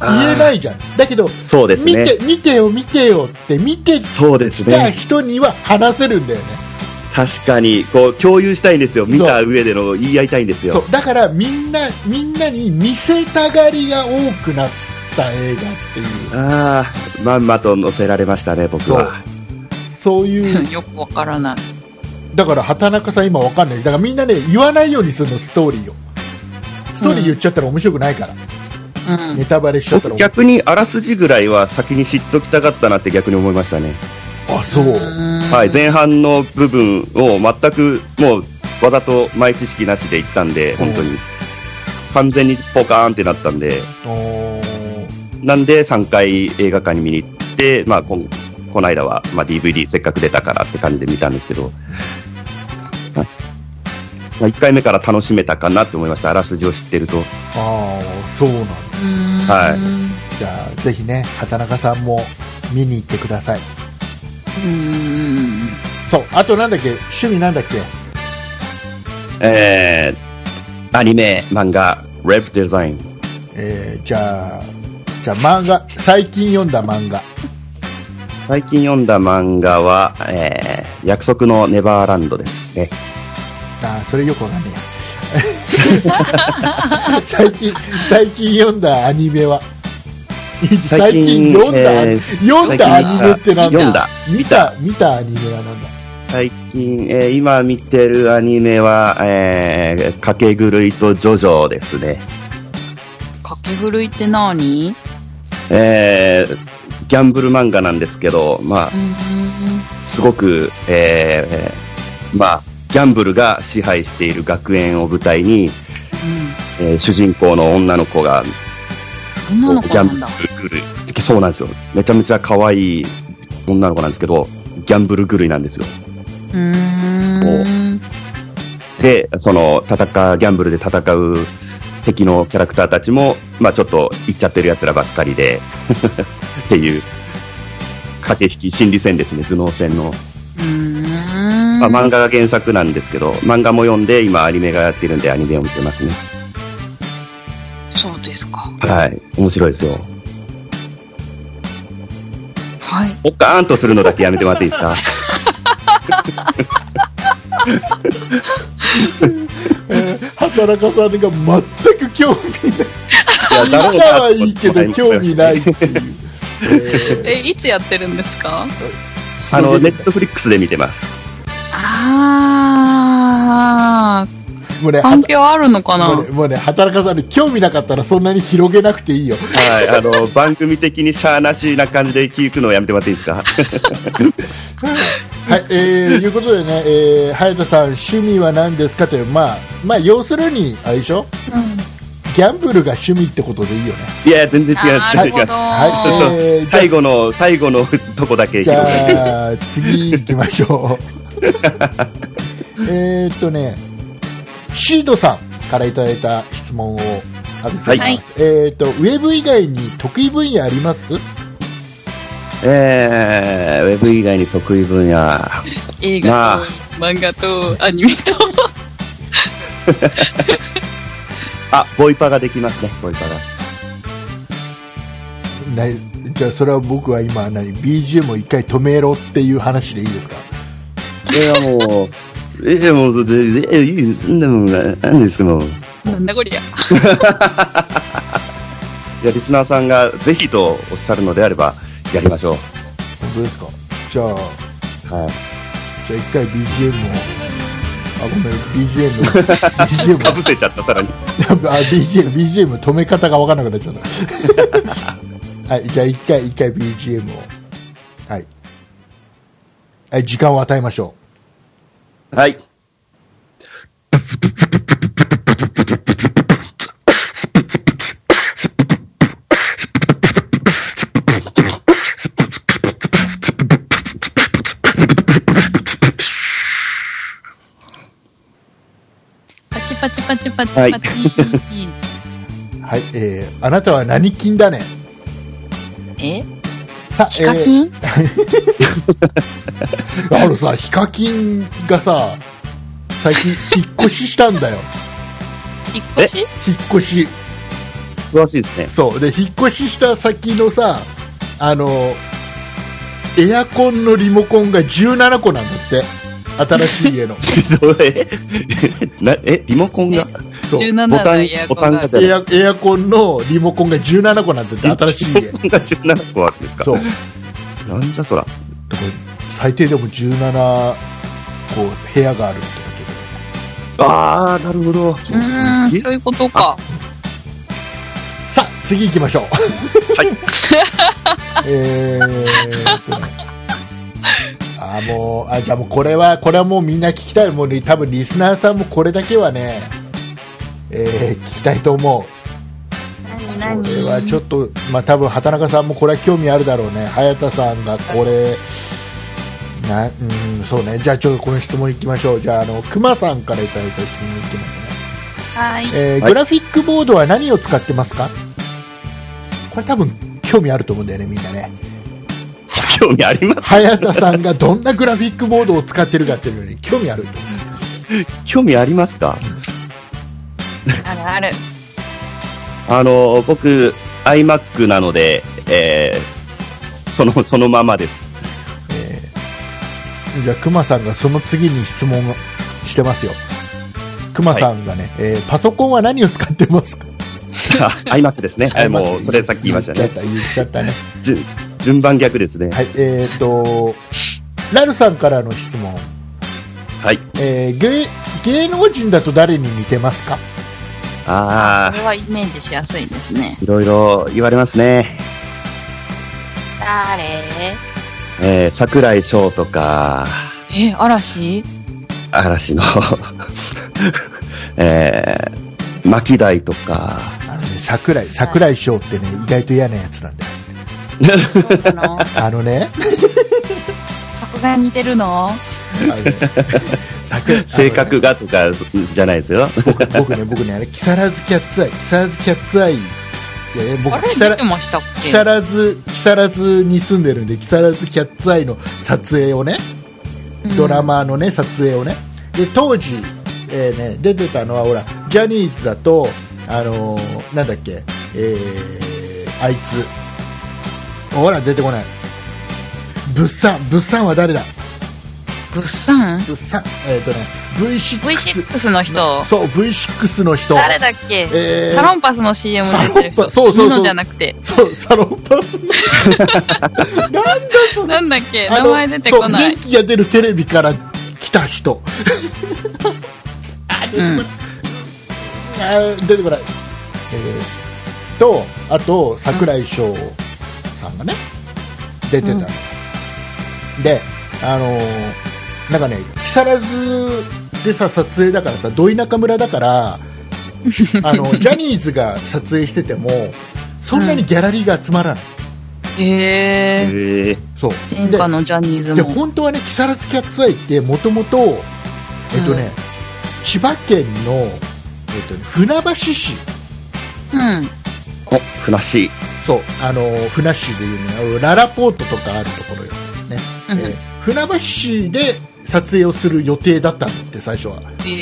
S2: 言えないじゃんだけど、
S3: そうです
S2: 見
S3: ね。
S2: て見てよ見てよって見てき
S3: そうです
S2: た
S3: ね。
S2: 人には話せるんだよね
S3: 確かに、こう、共有したいんですよ。見た上での言い合いたいんです
S2: そ
S3: よ。
S2: うだからみんなみんなに見せたがりが多くなった映画っていう
S3: ああ、まんまと乗せられましたね、僕は。
S2: そういう
S1: うん。よくわからない。
S2: だから畑中さん今わかんないだからみんなね言わないようにするのストーリーをストーリー言っちゃったら面白くないから、
S1: うん。
S2: ネタバレしちゃったら面白くない
S3: 逆にあらすじぐらいは先に知っときたかったなって逆に思いましたね、
S2: あそう、
S3: は、
S1: はい
S3: 前半の部分を全くもうわざと前知識なしで行ったんで本当に完全にポカーンってなったんで
S2: お
S3: なんで3回映画館に見に行って、まあ、こんこの間は、まあ、DVD せっかく出たからって感じで見たんですけど、まあ、1回目から楽しめたかなって思いましたあらすじを知ってると
S2: あーそうなんだ
S3: はい
S1: い。
S2: じゃあぜひね畑中さんも見に行ってください
S1: うん。
S2: そうあとなんだっけ趣味なんだっけ
S3: えー、アニメ漫画レップデザイン
S2: えー、じゃあじゃあ漫画最近読んだ漫画
S3: 最近読んだ漫画は、えー、約束のネバーランドですね。
S2: あーそれよくわかんねえや 最近最近読んだアニメは最近読んだ、
S3: えー
S2: 読んだアニメってなんだ
S3: 読んだ。
S2: 見た見たアニメはなんだ
S3: 最近、えー今見てるアニメは、えー、かけ狂いとジョジョですね。
S1: かけ狂いって何
S3: えー、ギャンブル漫画なんですけど、ま
S1: う
S3: あ、
S1: ん。
S3: すごく、えーえーまあ、ギャンブルが支配している学園を舞台に、えー主人公の女の子が
S1: うん。女の子
S3: ギャ
S1: な
S3: ン
S1: んだ。
S3: ブル狂いそうなんですよめちゃめちゃ可愛い女の子なんですけどギャンブル狂いなんですよ
S1: うーん。
S3: でその戦うギャンブルで戦う敵のキャラクターたちも、まあ、ちょっといっちゃってるやつらばっかりで っていう駆け引き心理戦ですね頭脳戦の、
S1: うーん。
S3: まあ、漫画が原作なんですけど漫画も読んで今アニメがやってるんでアニメを見てますね
S1: そうですか。
S3: はい面白いですよ
S1: はい。
S3: おっかーんとするのだけやめてもらっていいですか
S2: 畑中さんが全く興味ない見た
S3: いやだろうなと
S2: は
S3: 思
S2: いい
S3: って
S2: け
S3: もら
S2: ど
S3: ました
S2: 興味ないっていう、え
S1: え、いつやってるんですか
S2: ー
S3: あ のネットフリックスで見てます
S1: あー、
S2: もうね、は
S1: 反響あるのか
S2: も
S1: な
S2: うねもうね、働かさんに興味なかったらそんなに広げなくていいよ。
S3: はい、あ の、番組的にシャーなしな感じで聞くのをやめてもらっていいですか
S2: はい、えー、いうことでね、えー、早田さん、趣味は何ですかという、まあ、まあ、要するに、あれでしょギャンブルが趣味ってことでいいよね。
S3: いや、全然違う、
S1: な
S3: 全
S1: る
S3: 然違
S1: ほ
S3: う
S1: ど。。
S2: はい、えー、じゃ
S3: 最後の、最後のとこだけ
S2: じ
S3: 広げて
S2: ゃあ次行きましょうえーっとねシードさんからいただいた質問を阿部さんに、
S1: はい
S2: えーっとウェブ以外に得意分野あります
S3: えー、ウェブ以外に得意分野。
S1: 映
S3: ま
S1: 画
S3: あ
S1: と漫画とアニメと。
S3: あ、ボイパができますね、ボイパが。
S2: なじゃあそれは僕は今何 BGM を一回止めろっていう話でいいですか
S3: いや、もう、 えー、もう、でえー、いい、そんなもん、なんですけど、い
S1: なんだこりゃ。
S3: や、リスナーさんがぜひとおっしゃるのであれば、やりましょ
S2: 本当ですかじゃあ
S3: う。はい。
S2: じゃあ一回 BGM をあごめん BGM を BGM
S3: か
S2: を
S3: ぶせちゃった、さらに。
S2: あ BGM, BGM 止め方が分からなくなっちゃった。 はい、じゃあ一回、一回 BGM を。はい。はい、時間を与えましょ
S3: はい。
S1: パチパチパチパチ
S3: はい
S1: パチ。
S2: う。はい、えー、あなたは何金だね
S1: え
S2: さ、
S1: ヒ
S2: え
S1: カ
S2: ー、
S1: キン
S2: あのさ、ヒカキンがさ、最近引っ越ししたんだよ。
S1: 引っ越し
S2: 引っ越し。
S3: 詳しいですね。
S2: そう。で、引っ越しした先のさ、あの、エアコンのリモコンが17個なんだって。新しい 家の。
S3: え、 なえ、リモコンが、
S2: そう。
S1: ?17
S3: ボタ
S1: の
S3: ン
S1: エア、コ
S3: ボ
S1: ンが
S3: タン
S1: あ
S3: が
S1: る。
S3: じゃない
S2: エアエアコンのリモコンが17個なんて新しい家
S3: が17個あるんですか
S2: そう
S3: なんじゃそら。
S2: だから最低でも17個部屋があるってこ
S3: あー、なるほど。
S1: うーん、そういうことか。
S2: とさあ次行きましょう
S3: はい。
S2: えーっとねあーもうあじゃあもうこれはこれはもうみんな聞きたいもう、ね、多分リスナーさんもこれだけはね、えー聞きたいと思うこ
S1: 何
S2: れはちょっと、まあ、多分畑中さんもこれは興味あるだろうね、早田さんがこれ、なうん、そうね、じゃあちょっとこの質問いきましょう、じゃあ、あの熊さんからいただいた質問いきますね、
S1: はい。
S2: えー
S3: は
S2: グ
S3: い
S2: ラフィックボードは何を使ってますかこれ、多分興味あると思うんだよね、みんなね、
S3: 興味あります
S2: 早田さんがどんなグラフィックボードを使ってるかっていうのに興味あると思う
S3: 興味ありますか
S1: あるある。
S3: あの、僕、iMac なので、えー、その、そのままです。
S2: えーじゃあ、熊さんがその次に質問をしてますよ。熊さんがね、えーパソコンは何を使ってますか
S3: あ iMac ですね。えーもう、それさっき言いましたね。
S2: 言っちゃった、言っちゃっ
S3: 順順番逆ですね。
S2: たね。はい、えっ、と、ラルさんからの質問。
S3: はい。
S2: えー芸芸能人だと誰に似てますか
S3: あ
S1: これはイメージしやすいですね。
S3: ー、いろいろ言われますね。
S1: 誰
S3: えー、桜井翔とか、
S1: え、嵐
S3: 嵐の、 えー、牧大とか、
S2: あのね、桜井、桜井翔ってね、意外と嫌なやつなんだよ。
S1: そうな の
S2: あのね、
S1: そこが似てるの
S2: あのね桜井
S3: 性格がとか、じゃないですよ。
S2: 僕僕ね、僕ね、あれ、木更津キャッツアイ、木更津キャッツアイ、いやいや
S1: あ
S2: 僕、
S1: れ
S2: 木
S1: 出
S2: 更
S1: てましたっけ
S2: 木更津、木更津に住んでるんで、木更津キャッツアイの撮影をね、ドラ。マのね、撮影をね、で、当時、えーね、出てたのは、ほら、ジャニーズだと、あのーなんだっけ、えーあいつ、ほら、出てこない。物産、物産は誰だ
S1: うん物産
S2: 物産、えっ、とね、V6、
S1: ?V6 の人。
S2: そう、V6 の人。
S1: 誰だっけ
S2: えー
S1: サロンパスの CM 出てる
S2: サロンパ
S1: 人。
S2: そうそうそう
S1: ニノじゃなくて。
S2: そう、サロンパスの
S1: なんだっけ
S2: あ
S1: 名
S2: の
S1: 前出てこな
S2: そう
S1: い。
S2: 元気が出るテレビから来た人あ出てこないあー出てこない、えーとあと櫻井翔さんがね出てた、
S1: うん
S2: であのーなんかね木更津でさ撮影だからさ土井中村だから あのジャニーズが撮影しててもそんなにギャラリーが集まらない、
S1: へえ
S3: へえ
S2: そう
S1: 前
S2: で
S1: 科のジャニーズ
S2: で
S1: も
S2: 本当はね木更津キャッツアイってもともとえっとね、千葉県の、えっとね、船橋市
S1: うん
S3: おふなっしー
S2: そうあの船橋でいうねララポートとかあるところよ、ね
S1: うん
S2: えー船橋市で撮影をする予定だったんだって最初はでそ
S1: へえ
S2: こに、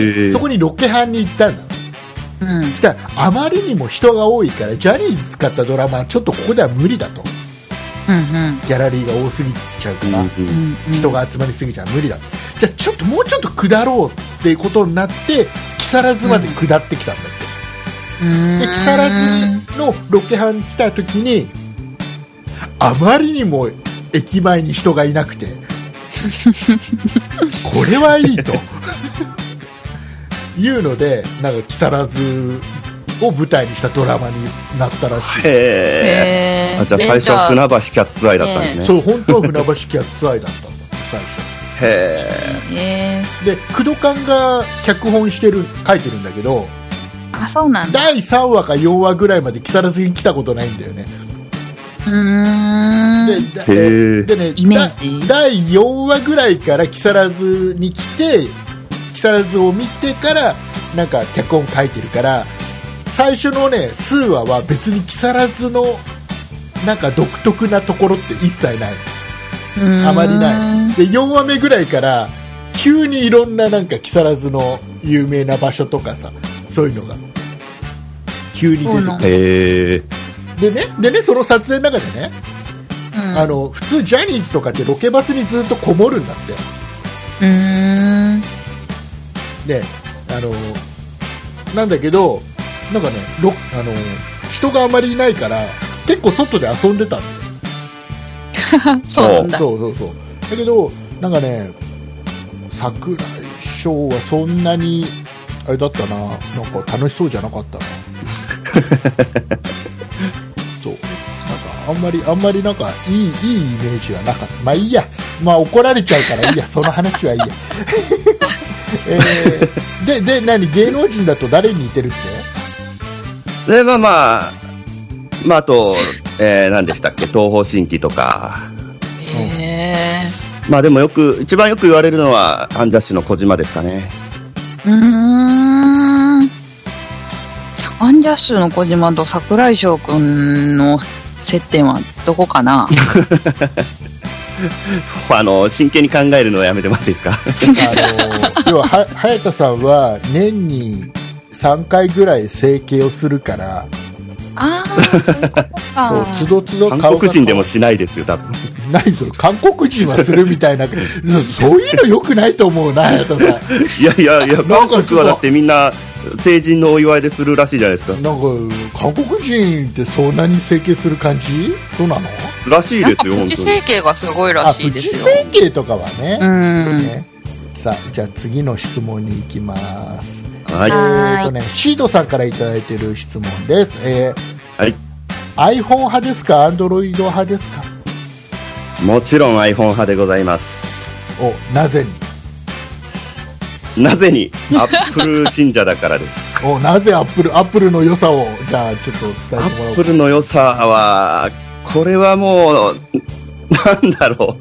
S3: えー
S2: そこにロケハンに行ったんだ
S1: うん
S2: そしたらあまりにも人が多いからジャニーズ使ったドラマはちょっとここでは無理だと
S1: うん
S2: ギャラリーが多すぎちゃうから、
S1: うんうんうん
S2: 人が集まりすぎちゃ無理だじゃあちょっともうちょっと下ろうっていうことになって木更津まで下ってきたんだって、
S1: うん
S2: で木更津のロケハン来た時にあまりにも駅前に人がいなくて これはいいというのでなんか木更津を舞台にしたドラマになったらしい、
S3: へ
S1: へ
S3: え
S1: ー
S3: あじゃあ
S1: え
S3: 最初は
S1: じゃ
S3: 船橋キャッツアイだったんですね
S2: そう本当は船橋キャッツアイだったんだって最初
S3: へ
S1: あえー
S2: で工藤勘が脚本してる書いてるんだけど
S1: あそうなんだ
S2: 第3話か4話ぐらいまで木更津に来たことないんだよね、
S1: うーん
S2: でだ
S3: えへえ
S2: でね
S1: イメージ
S2: だ第4話ぐらいから木更津に来て木更津を見てからなんか脚本書いてるから最初のね数話は別に木更津のなんか独特なところって一切ないあまりないで4話目ぐらいから急にいろんななんか木更津の有名な場所とかさそういうのが急に
S1: そうなん
S2: 出て
S1: だ
S3: へえ
S2: でねでねその撮影の中でね、
S1: うん
S2: あの普通ジャニーズとかってロケバスにずっとこもるんだって
S1: うーん
S2: であのなんだけどなんかねロあの人があまりいないから結構外で遊んでたんだよ
S1: そうなんだ
S2: そうそうそうだけどなんかね桜井翔はそんなにあれだったななんか楽しそうじゃなかった なそうなんかあんまりあんまりなんかいいいいイメージはなかったまあいいやまあ怒られちゃうからいいやその話はいいや えーでで何芸能人だと誰に似てるって
S3: でまあまあまああと、えー、何でしたっけ東方神起とか
S1: へ
S3: まあでもよく一番よく言われるのはアンジャッシュの小島ですかね
S1: ーうーんアンジャッシュの小島と桜井翔くんの接点はどこかな
S3: あの真剣に考えるのはやめてもらっていいですか
S2: あの要はは早田さんは年に3回ぐらい整形をするから
S1: ああそういうこと
S2: そう
S1: か
S2: つどつど
S3: 韓
S2: 顔が
S3: 国人でもしないですよ多分
S2: ないぞ韓国人はするみたいな そうそういうのよくないと思う なやとさんなんか
S3: いやいやいや
S2: なんか
S3: 韓
S2: ちょっと
S3: 国はだってみんな成人のお祝いでするらしいじゃないですか
S2: 韓国人ってそんなに整形する感じそうなの
S3: らしい
S1: なん
S3: で
S1: か
S3: すよ
S1: プ
S3: 本
S1: チ
S3: 当に
S1: 整形がすごいら
S2: あ
S1: しい
S2: プ
S1: で
S2: チ
S1: すよ
S2: 整形とかはね,、
S1: うん
S2: ねさあじゃあ次の質問に行きます
S3: はい
S1: あはーい
S2: えーとね、シードさんから頂いてる質問です、えー
S3: はい
S2: iPhone 派ですか Android 派ですか
S3: もちろん iPhone 派でございます
S2: をなぜに
S3: なぜに Apple 信者だからです
S2: おなぜアップルアップルの良さをじゃあちょっと伝えてもらおうか
S3: Apple の良さはこれはもうなんだろ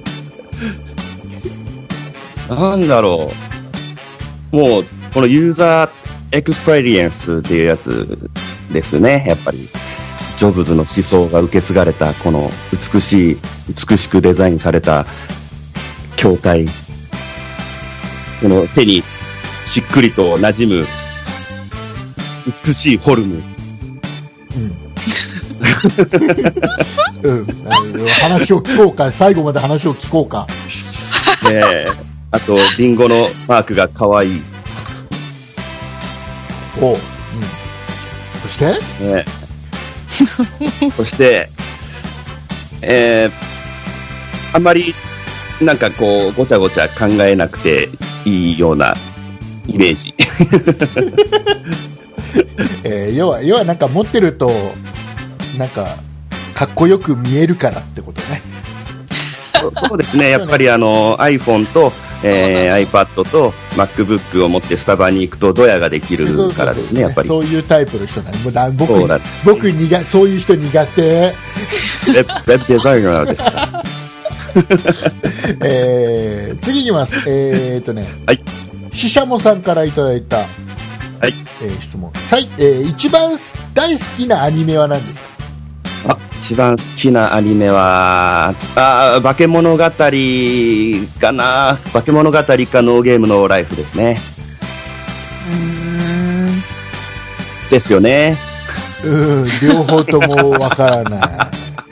S3: う なんだろうもうこのユーザーエクスペリエンスっていうやつですねやっぱりジョブズの思想が受け継がれたこの美しい美しくデザインされた筐体この手にしっくりと馴染む美しいフォルム
S2: うんうん、あの話を聞こうか、最後まで話を聞こうか。
S3: ねえあと、リンゴのマークが可愛い。
S2: おう、うん、そして、
S3: ね えそして、えーあんまり、なんかこう、ごちゃごちゃ考えなくていいようなイメ ージ。
S2: えー要は要はなんか持ってるとなんかかっこよく見えるからってことね
S3: そうそうですね、やっぱりあの iPhone と、えー iPad と MacBook を持ってスタバに行くとドヤができるからですね、やっぱり。
S2: そういうタイプの人なのもうだ僕
S3: そうな んです
S2: 僕苦そういう人苦手
S3: ウェブウェブデザイナーですから。
S2: えー次いきます。えー、とね、
S3: はい
S2: ししゃもさんからいただいた、はいえー質問さい、えー一番大好きなアニメは何ですか
S3: あ一番好きなアニメは、あー化け物語かな、化け物語かノーゲームのライフですね。
S1: うん
S3: ですよね。
S2: うん、両方ともわから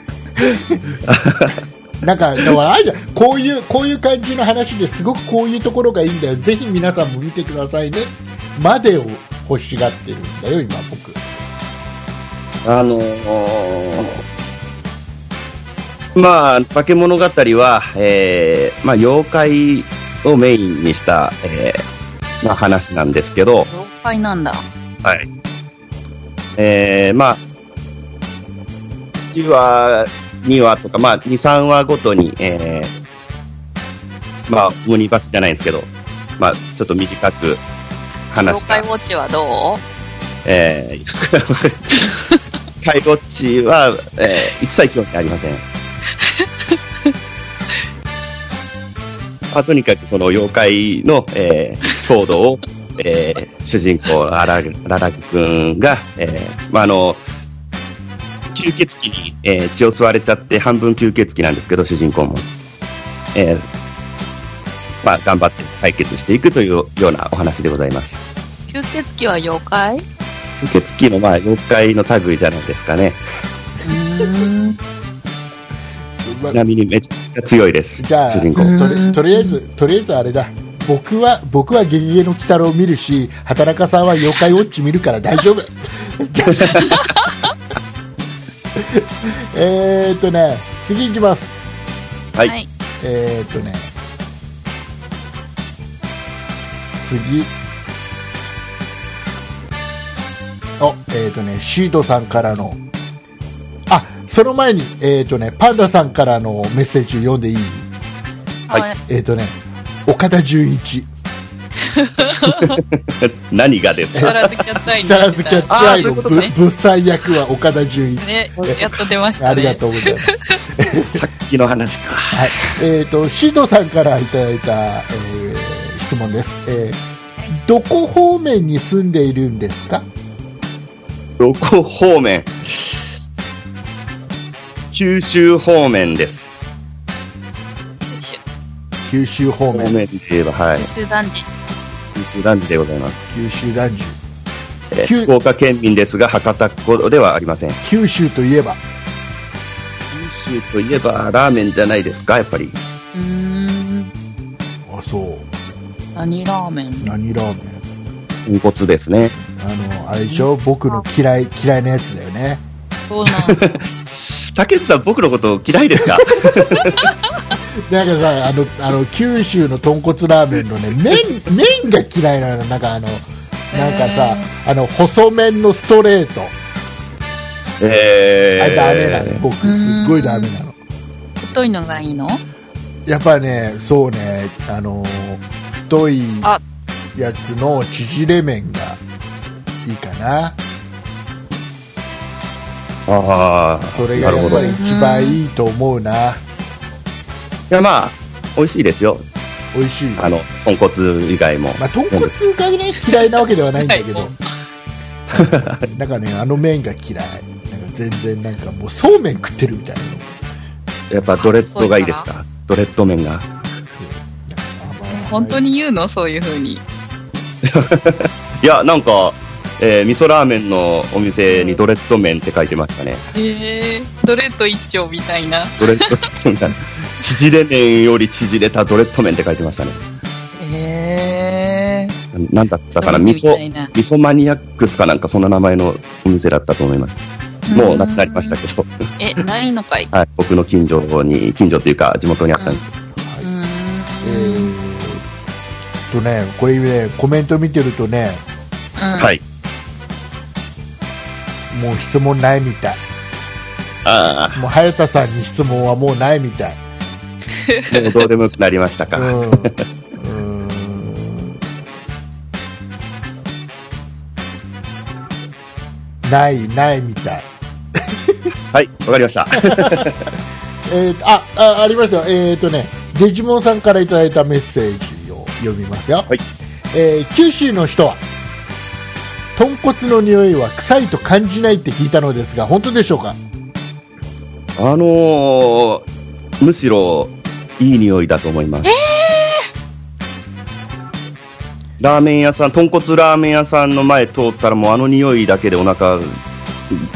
S2: ない。なんか、だからあれじゃんこういう、こういう感じの話ですごくこういうところがいいんだよ。ぜひ皆さんも見てくださいね。までを欲しがってるんだよ、今僕。
S3: あのーまあ、化け物語は、えーまあ、妖怪をメインにした、えーまあ、話なんですけど、
S1: 妖怪なんだ
S3: はい。えー、まあ、1話、2話とか、まあ、2、3話ごとに、えー、まあ、ムニバスじゃないんですけど、まあ、ちょっと短く話
S1: 妖
S3: した
S1: 怪ウォッチはど
S3: えー、 介護地は、えー一切興味ありません。 まあ、とにかくその妖怪の、えー騒動を、えー主人公ララララグ君が、えーまあ、あの吸血鬼に、えー血を吸われちゃって半分吸血鬼なんですけど主人公も、えーまあ、頑張って解決していくというようなお話でございます。
S1: う吸血鬼は妖怪う
S3: 受付のまあ妖怪の類じゃないですかね。
S1: ーん
S2: ま
S3: ちなみにめちゃくちゃ強いです。
S2: じゃあ
S3: 主人
S2: と
S3: 公。
S1: うん
S2: り、とりあえず、とりあえずあれだ。僕は、僕はゲゲゲの鬼太郎を見るし、畑中さんは妖怪ウォッチ見るから大丈夫。 えーっとね、次行きます。
S3: はい
S1: はい
S2: えーっとね、次。あ、えーっとね、シードさんからの、あ、その前に、えーっとね、パンダさんからのメッセージ読んでいい
S3: はい
S1: はい
S2: えーっとね、岡田純一。
S3: 何がで すか
S1: 力づきやったい
S2: 木更津キャッチャ
S3: あーそ
S2: ー
S3: うい
S2: の
S3: うこと
S2: ぶ
S3: ね
S2: 物産役は岡田准一。
S1: ねやっと出ましたね
S2: ありがとうござい ます。
S3: さっきの話か。
S2: はい、えっ、と、シードさんからいただいた、えー質問です。えーどこ方面に住んでいるんですか。
S3: どこ方面九州方面です。
S1: 九
S2: 九州方
S3: 方
S2: 面、
S3: 面で言えば、はい。
S1: 州男児
S3: 九州男児でございます。
S2: 九州男児、
S3: えー
S2: 九
S3: 福岡県民ですが、博多っ子ではありません。
S2: 九州といえば。
S3: 九州といえば、ラーメンじゃないですか、やっぱり。
S1: うーん
S2: あ、そう、
S1: 何ラーメン
S2: 何ラーメン。
S3: 豚骨ですね。
S2: あの、あれでしょ僕の嫌い、嫌いなやつだよね。
S1: そうなんだ
S3: 竹内さん、僕のこと嫌いです か
S2: なんかさ、あの、あの、九州の豚骨ラーメンのね、麺、麺が嫌いなの、なんかあの。なんかさ、あの、細麺のストレート。
S3: え
S2: あ、
S3: ー、
S2: ダメなの、僕、すっごいダメなの。
S1: 太いのがいいの
S2: やっぱね、そうね、あのー太い
S1: あ
S2: やつの縮れ麺がいいかな。
S3: ああ、
S2: それが
S3: なる
S2: や
S3: ほ
S2: っぱ
S3: ど。
S2: り
S3: い
S2: 一番いいと思うな。
S3: や、まあ、美味しいですよ。
S2: 美味しい。
S3: あの、豚骨以外も。
S2: まあ、豚骨がね、嫌いなわけではないんだけど
S1: は。
S2: なんかね、あの麺が嫌い。なんか全然なんかもうそうめん食ってるみたいなの。
S3: やっぱドレッドがいいですかドレッド麺が。
S2: なんかあんまり
S1: 本当に言うのそういう風に
S3: いや、なんか、えー味噌ラーメンのお店にドレッド麺って書いてましたね。
S1: えー、ドレッド一丁みたいな
S3: ドレッド、そう みたいな。縮れ麺より縮れたドレッド麺って書いてましたね。
S1: えー、
S3: ななんだったかな味
S1: ドレ
S3: 噌、
S1: ッドみたいな
S3: 味噌マニアックスかなんかそんな名前のお店だったと思います。もうなくなりましたけど、
S1: えないのかい
S3: はい、僕の近所に、近所というか地元にあったんですけど、
S1: うーん
S2: えーとね、これね、コメント見てるとね、
S1: うん
S3: はい。
S2: もう質問ないみたい。
S3: あ
S2: もう早田さんに質問はもうないみたい。
S3: あ、もうどうでもよくなりました
S2: う
S3: か。
S2: ん。う ーんない、ないみたい。
S3: はい、わかりました。
S2: えー、ああ、ありましたよ。えっ、とね、デジモンさんからいただいたメッセージを読みますよ。
S3: はい
S2: えー九州の人は、豚骨の匂いは臭いと感じないって聞いたのですが、本当でしょうか
S3: あのー、むしろいい匂いだと思います。ラーメン屋さん、豚骨ラーメン屋さんの前通ったら、もうあの匂いだけでお腹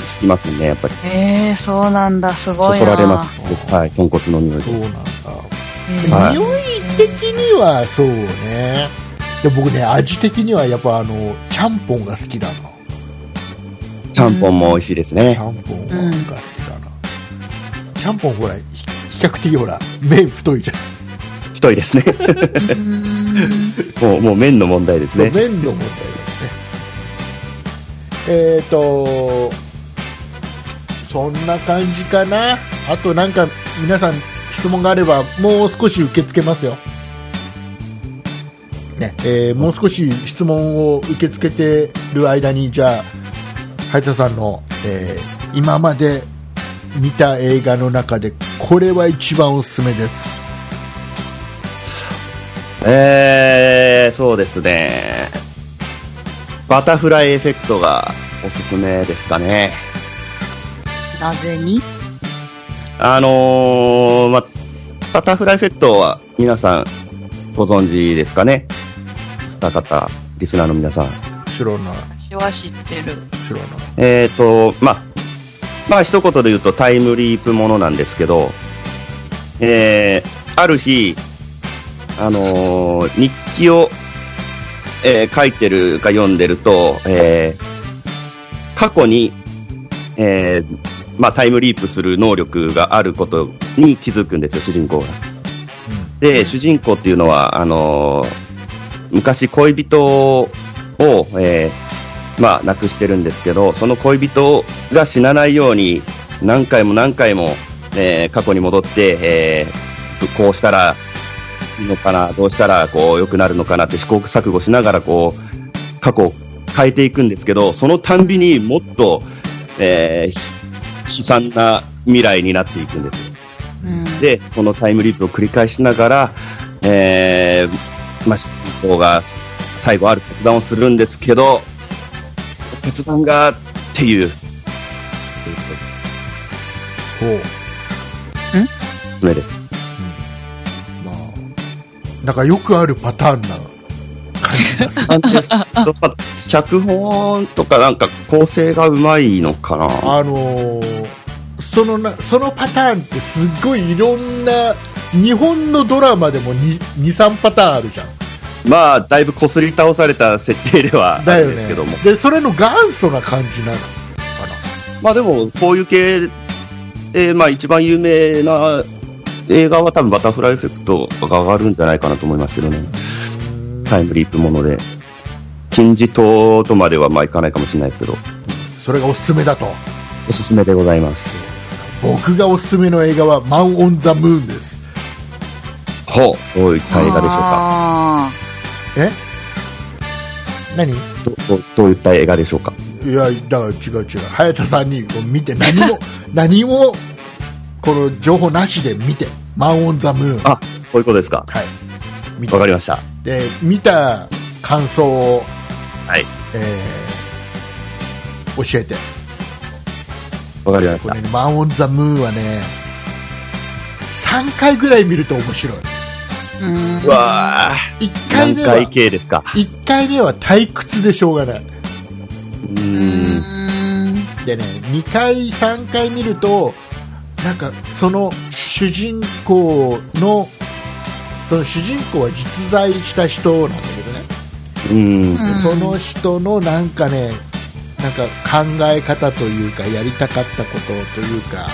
S3: すきますもんね、やっぱり。
S1: えー、そうなんだ、すご
S3: そ
S1: いな。
S3: そられます。はい、豚骨の匂い
S2: そ
S3: で。
S2: うなんだ。
S1: えー
S3: はい
S2: 匂い的にはそうね。で僕ね、味的にはやっぱあの、ちゃんぽんが好きだな。
S3: ちゃんぽんも美味しいです
S2: ち
S3: ね。
S2: ゃんぽんが好きだな。ちゃんぽんほら、ひ比較的ほら、麺太いじゃん。
S3: 太いですね。
S1: うーん
S3: もう、もう麺の問題です
S2: そう
S3: ね。
S2: 麺の問題ですねえっ、とそんな感じかなあとなんか皆さん質問があればもう少し受け付けますよねえーもう少し質問を受け付けてる間にじゃあ早田さんの、えー今まで見た映画の中でこれは一番おすすめです
S3: えー、そうですね。バタフライエフェクトがおすすめですかね。
S1: なぜに
S3: あのー、ま、バタフライエフェクトは皆さんご存知ですかね二方、リスナーの皆さん。
S2: 白の
S1: 私は知ってる。
S2: 白の
S3: えっ、と、ま、まあ、一言で言うとタイムリープものなんですけど、えー、ある日、あのー日記を、えー書いてるか読んでると、えー過去に、えーまあ、タイムリープする能力があることに気づくんですよ、主人公が。で、主人公っていうのは、あのー昔恋人を、えーまあ、亡くしてるんですけど、その恋人が死なないように、何回も何回も、えー過去に戻って、えーこうしたらいいのかな、どうしたらこう良くなるのかなって試行錯誤しながら、こう、過去を変えていくんですけど、そのたんびにもっと、えーひ悲惨な未来になっていくんですよ。
S1: うん、
S3: で、このタイムリープを繰り返しながら、えー、まあ、主人公が最後ある決断をするんですけど、決断がっていう、
S2: ほう
S3: それで。
S2: まあ、なんかよくあるパターンな感じ がする
S3: 脚本とかなんか構成がうまいのかな
S2: あのーそのなそのパターンってすっごいいろんな日本のドラマでも23パターンあるじゃん
S3: まあ、だいぶこすり倒された設定ではあ
S2: だ
S3: る
S2: よ
S3: んです
S2: ね
S3: けども。
S2: でそれの元祖な感じなのか
S3: まあでも、こういう系で、まあ一番有名な映画は多分バタフライエフェクトが上がるんじゃないかなと思いますけどね。
S2: な、
S3: タイムリープもので、金字塔とまではまあいかないかもしれないですけど、
S2: それがおすすめだと
S3: おすすめでございます。
S2: 僕がおすすめの映画は「マン・オン・ザ・ムーン」です
S3: ほう、どういった映画でしょうか
S1: あ
S2: え何い
S3: どどどういった映画でしょうか
S2: やだから違う違う早田さんに見て何 も何もこの情報なしで見て「マン・オン・ザ・ムーン」
S3: あ、そういうことですか。
S2: はい、見て
S3: わかりました。
S2: で見た感想を、
S3: はい
S2: えー教えて
S3: わかりまし
S2: こ
S3: た
S2: れ、。ね「マン・オン・ザ・ムーン」はね3回ぐらい見ると面白い
S1: ーうん
S3: うわぁ、
S2: 1回
S3: 何
S2: 目は
S3: 回系ですか。
S2: 一回目は退屈でしょうがないう
S1: う
S3: ーん。
S1: ん
S2: でね2回3回見るとなんかその主人公のその主人公は実在した人なんだけどね
S3: うん。
S1: うん
S2: その人のなんかねなんか考え方というかやりたかったことというか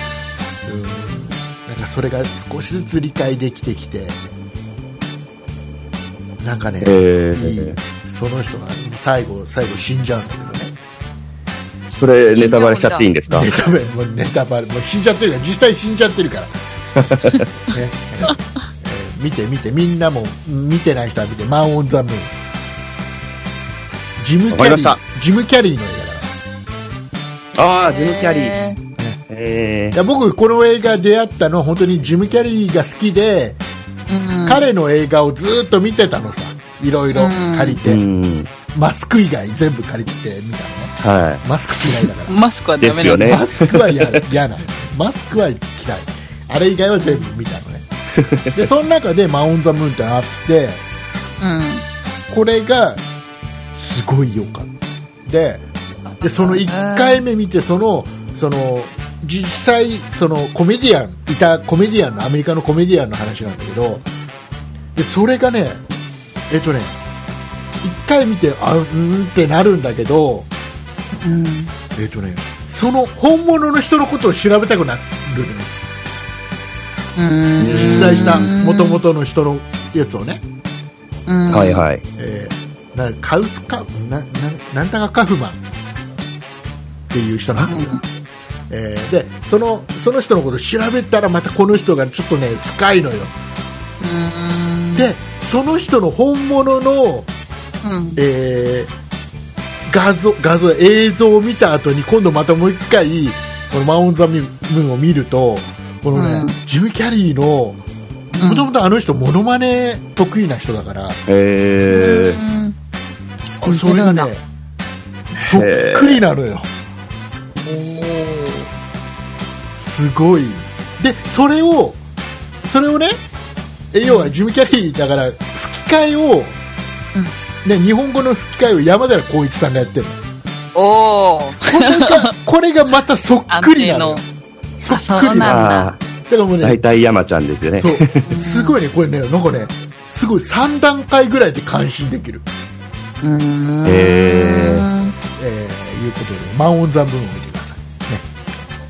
S2: うんなんかそれが少しずつ理解できてきてなんかね、
S3: え
S2: いい
S3: ー、
S2: その人が最後最後死んじゃうんだけどね
S3: それネタバレしちゃっていいんです か
S2: ネタバレもうネタバレもう死んじゃってるから実際死んじゃってる から、ねえーえー見て見てみんなも見てない人は見て「マン・オン・ザ・ムーン」ジム・キ
S3: わかり
S2: ャ
S3: ま
S2: リ
S3: した
S2: ージムキャリーの映画だから
S3: ああ、ジム・キャリー。
S1: えー
S3: え
S2: いや僕この映画出会ったのは本当にジム・キャリーが好きで、
S1: うん、
S2: 彼の映画をずーっと見てたのさいろいろ借り
S3: ー、
S2: て、
S3: うん、
S2: マスク以外全部借りてみたいなね
S3: は
S2: マスク嫌いだか
S1: マスクはダメなん
S3: ですよね
S2: らマスクは嫌嫌なのマスクは嫌いあれ以外は全部見たのねでその中で「マオン・ザ・ムーン」ってあって
S1: うん。
S2: これがすごい良かったででその1回目見てそのその実際そのコメディアンいたコメディアンのアメリカのコメディアンの話なんだけどでそれがねえっとね1回見てあうーんってなるんだけど
S1: うん。
S2: えっとねその本物の人のことを調べたくなるのね
S1: うん。
S2: 実在した元々の人のやつをね
S1: うん。
S3: い。はいはい。
S2: えー、なカウスカなななんだかカフマンっていう人なんだけど、えーでそのその人のことを調べたらまたこの人がちょっとね深いのよ
S1: うん。
S2: でその人の本物の、
S1: うん、
S2: えー画像画像映像を見た後に今度またもう一回この「マン・オン・ザ・ムーン」を見るとこのね、
S1: うん
S2: ジム・キャリーの
S1: うん
S2: もともとあの人モノマネ得意な人だから、
S3: えー、
S2: あそれがねそっくりなのよすごいでそれをそれをねえ要はジム・キャリーだから吹き替えを、ね、日本語の吹き替えを山寺宏一さんがやってるの
S1: おお。
S2: これがこれがまたそっくりなのよ
S1: 安
S2: そっく
S1: あそう
S2: りな
S1: な
S2: のだか
S1: んだ
S3: ああ、
S2: らもうね
S3: 大体山ちゃんですよね
S2: そ。うすごいねこれねなんかねすごい3段階ぐらいで感心できる、
S1: うん。
S3: え
S2: えーいうことで「マン・オン・ザ・ムーン」を見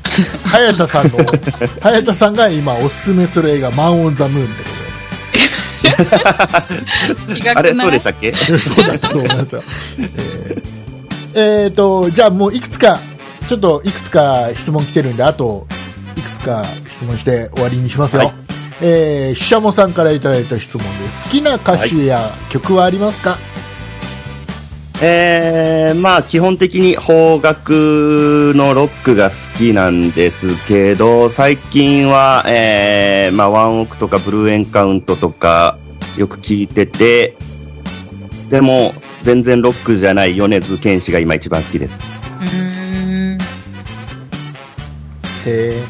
S2: てくださいね 早田さんの早田さんが今おすすめする映画「マン・オン・ザ・ムーン」ってことで
S1: 気が
S3: あれ、
S1: くな
S3: そう
S1: い
S3: でしたっ け
S2: そうだったと思いますよ。えーえーと、じゃあもういくつか、ちょっといくつか質問来てるんで、あと、いくつか質問して終わりにしますよ。
S3: はい
S2: えー、ししゃもさんからいただいた質問です。好きな歌手や曲はありますか、
S3: えー、まあ基本的に邦楽のロックが好きなんですけど、最近は、えー、まあワンオクとかブルーエンカウントとかよく聞いてて、でも全然ロックじゃない米津玄師が今一番好きです。
S1: うん。
S2: へ